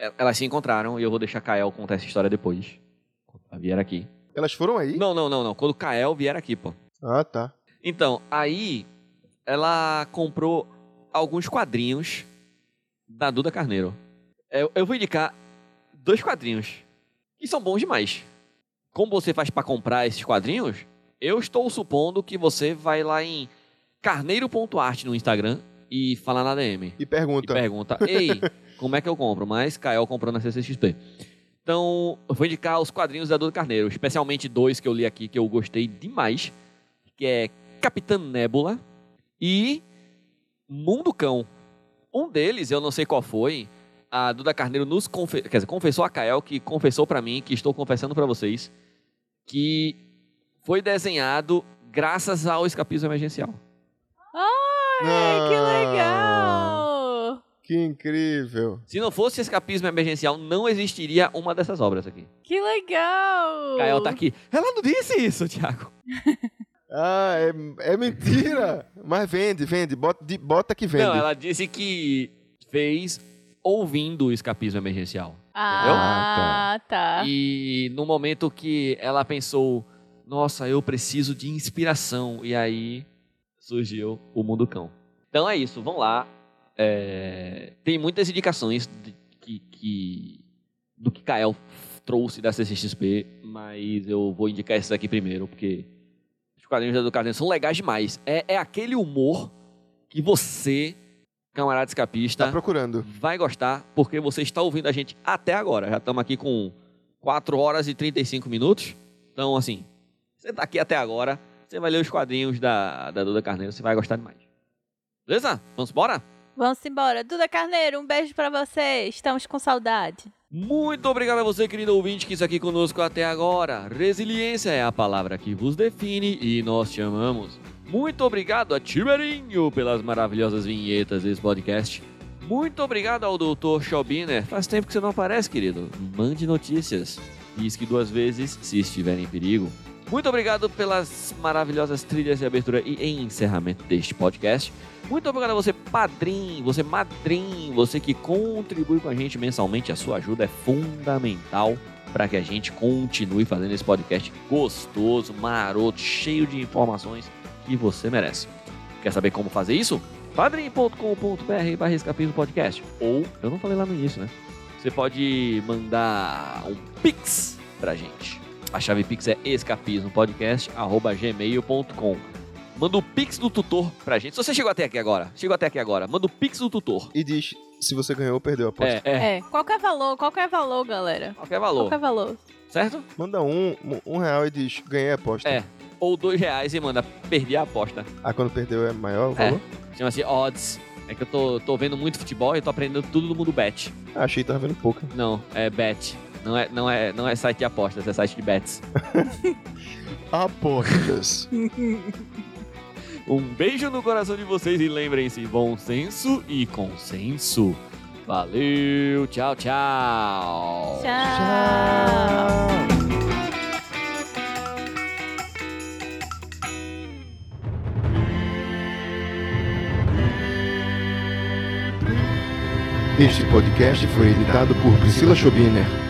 [SPEAKER 1] e- elas se encontraram e eu vou deixar Kael contar essa história depois. Quando ela vier aqui.
[SPEAKER 2] Elas foram aí?
[SPEAKER 1] Não, não, não, não. Quando Kael vier aqui, pô.
[SPEAKER 2] Ah, tá.
[SPEAKER 1] Então, aí ela comprou alguns quadrinhos da Duda Carneiro. É, Eu, eu vou indicar dois quadrinhos que são bons demais. Como você faz para comprar esses quadrinhos? Eu estou supondo que você vai lá em carneiro.arte no Instagram e fala na DM.
[SPEAKER 2] E
[SPEAKER 1] E
[SPEAKER 2] pergunta.
[SPEAKER 1] pergunta, ei, como é que eu compro? Mas Caio comprou na CCXP. Então, eu vou indicar os quadrinhos da Duda Carneiro, especialmente dois que eu li aqui que eu gostei demais, que é Capitã Nébula e Mundo Cão. Um deles, eu não sei qual foi, a Duda Carneiro nos confe quer dizer, confessou a Kael que confessou pra mim, que estou confessando pra vocês, que foi desenhado graças ao escapismo emergencial.
[SPEAKER 3] Ai, que
[SPEAKER 2] Não.
[SPEAKER 3] legal!
[SPEAKER 2] Ah, Que incrível.
[SPEAKER 1] Se não fosse escapismo emergencial, não existiria uma dessas obras aqui.
[SPEAKER 3] Que legal!
[SPEAKER 1] Kael tá aqui. Ela não disse isso, Thiago.
[SPEAKER 2] Ah, é, é mentira! [LAUGHS] Mas vende, vende. Bota, de- bota que vende.
[SPEAKER 1] Não, ela disse que fez ouvindo o escapismo emergencial.
[SPEAKER 3] Ah, tá.
[SPEAKER 1] E no momento que ela pensou, nossa, eu preciso de inspiração. E aí surgiu o Mundo Cão. Então é isso, vão lá. É, Tem muitas indicações de- que, que- do que Kael trouxe da CCXP, mas eu vou indicar esses aqui primeiro, porque os quadrinhos da do Carneiro são legais demais. É, é aquele humor que você, camarada escapista,
[SPEAKER 2] Tá procurando.
[SPEAKER 1] vai gostar, porque você está ouvindo a gente até agora. Já estamos aqui com 4 horas e 35 minutos. Então, assim, você está aqui até agora, você vai ler os quadrinhos da, da Duda Carneiro, você vai gostar demais. Beleza? Vamos embora?
[SPEAKER 3] Vamos embora. Duda Carneiro, um beijo pra você. Estamos com saudade.
[SPEAKER 1] Muito obrigado a você, querido ouvinte, que está aqui conosco até agora. Resiliência é a palavra que vos define e nós te amamos. Muito obrigado a Tiberinho pelas maravilhosas vinhetas desse podcast. Muito obrigado ao Dr. Schobiner. Faz tempo que você não aparece, querido. Mande notícias. Diz que duas vezes se estiver em perigo. Muito obrigado pelas maravilhosas trilhas de abertura e encerramento deste podcast. Muito obrigado a você, padrinho, você, madrinho, você que contribui com a gente mensalmente. A sua ajuda é fundamental para que a gente continue fazendo esse podcast gostoso, maroto, cheio de informações que você merece. Quer saber como fazer isso? padrim.com.br barra escapismo podcast. Ou, eu não falei lá no início, né? Você pode mandar um pix pra gente. A chave pix é escapismopodcast.gmail.com Manda o pix do tutor pra gente. Se você chegou até aqui agora, chegou até aqui agora, manda o pix do tutor.
[SPEAKER 2] E diz se você ganhou ou perdeu a
[SPEAKER 1] É,
[SPEAKER 2] aposta.
[SPEAKER 1] é,
[SPEAKER 3] É, qualquer valor, qualquer valor, galera.
[SPEAKER 1] qualquer valor,
[SPEAKER 3] Qualquer valor.
[SPEAKER 1] certo?
[SPEAKER 2] Manda um, um real e diz, ganhei a aposta.
[SPEAKER 1] É. Ou dois reais e manda perder a aposta.
[SPEAKER 2] Ah, quando perdeu é maior o
[SPEAKER 1] É.
[SPEAKER 2] valor?
[SPEAKER 1] Chama-se odds. É que eu tô, tô vendo muito futebol e tô aprendendo tudo do mundo bet.
[SPEAKER 2] Ah, achei que tava vendo [LAUGHS] pouco.
[SPEAKER 1] Não, é bet. Não é, não é, não é site de apostas, é site de bets.
[SPEAKER 2] Apostas.
[SPEAKER 1] Um beijo no coração de vocês e lembrem-se, bom senso e consenso. Valeu, tchau, tchau.
[SPEAKER 3] Tchau.
[SPEAKER 2] Este podcast foi editado por Priscila Schobiner.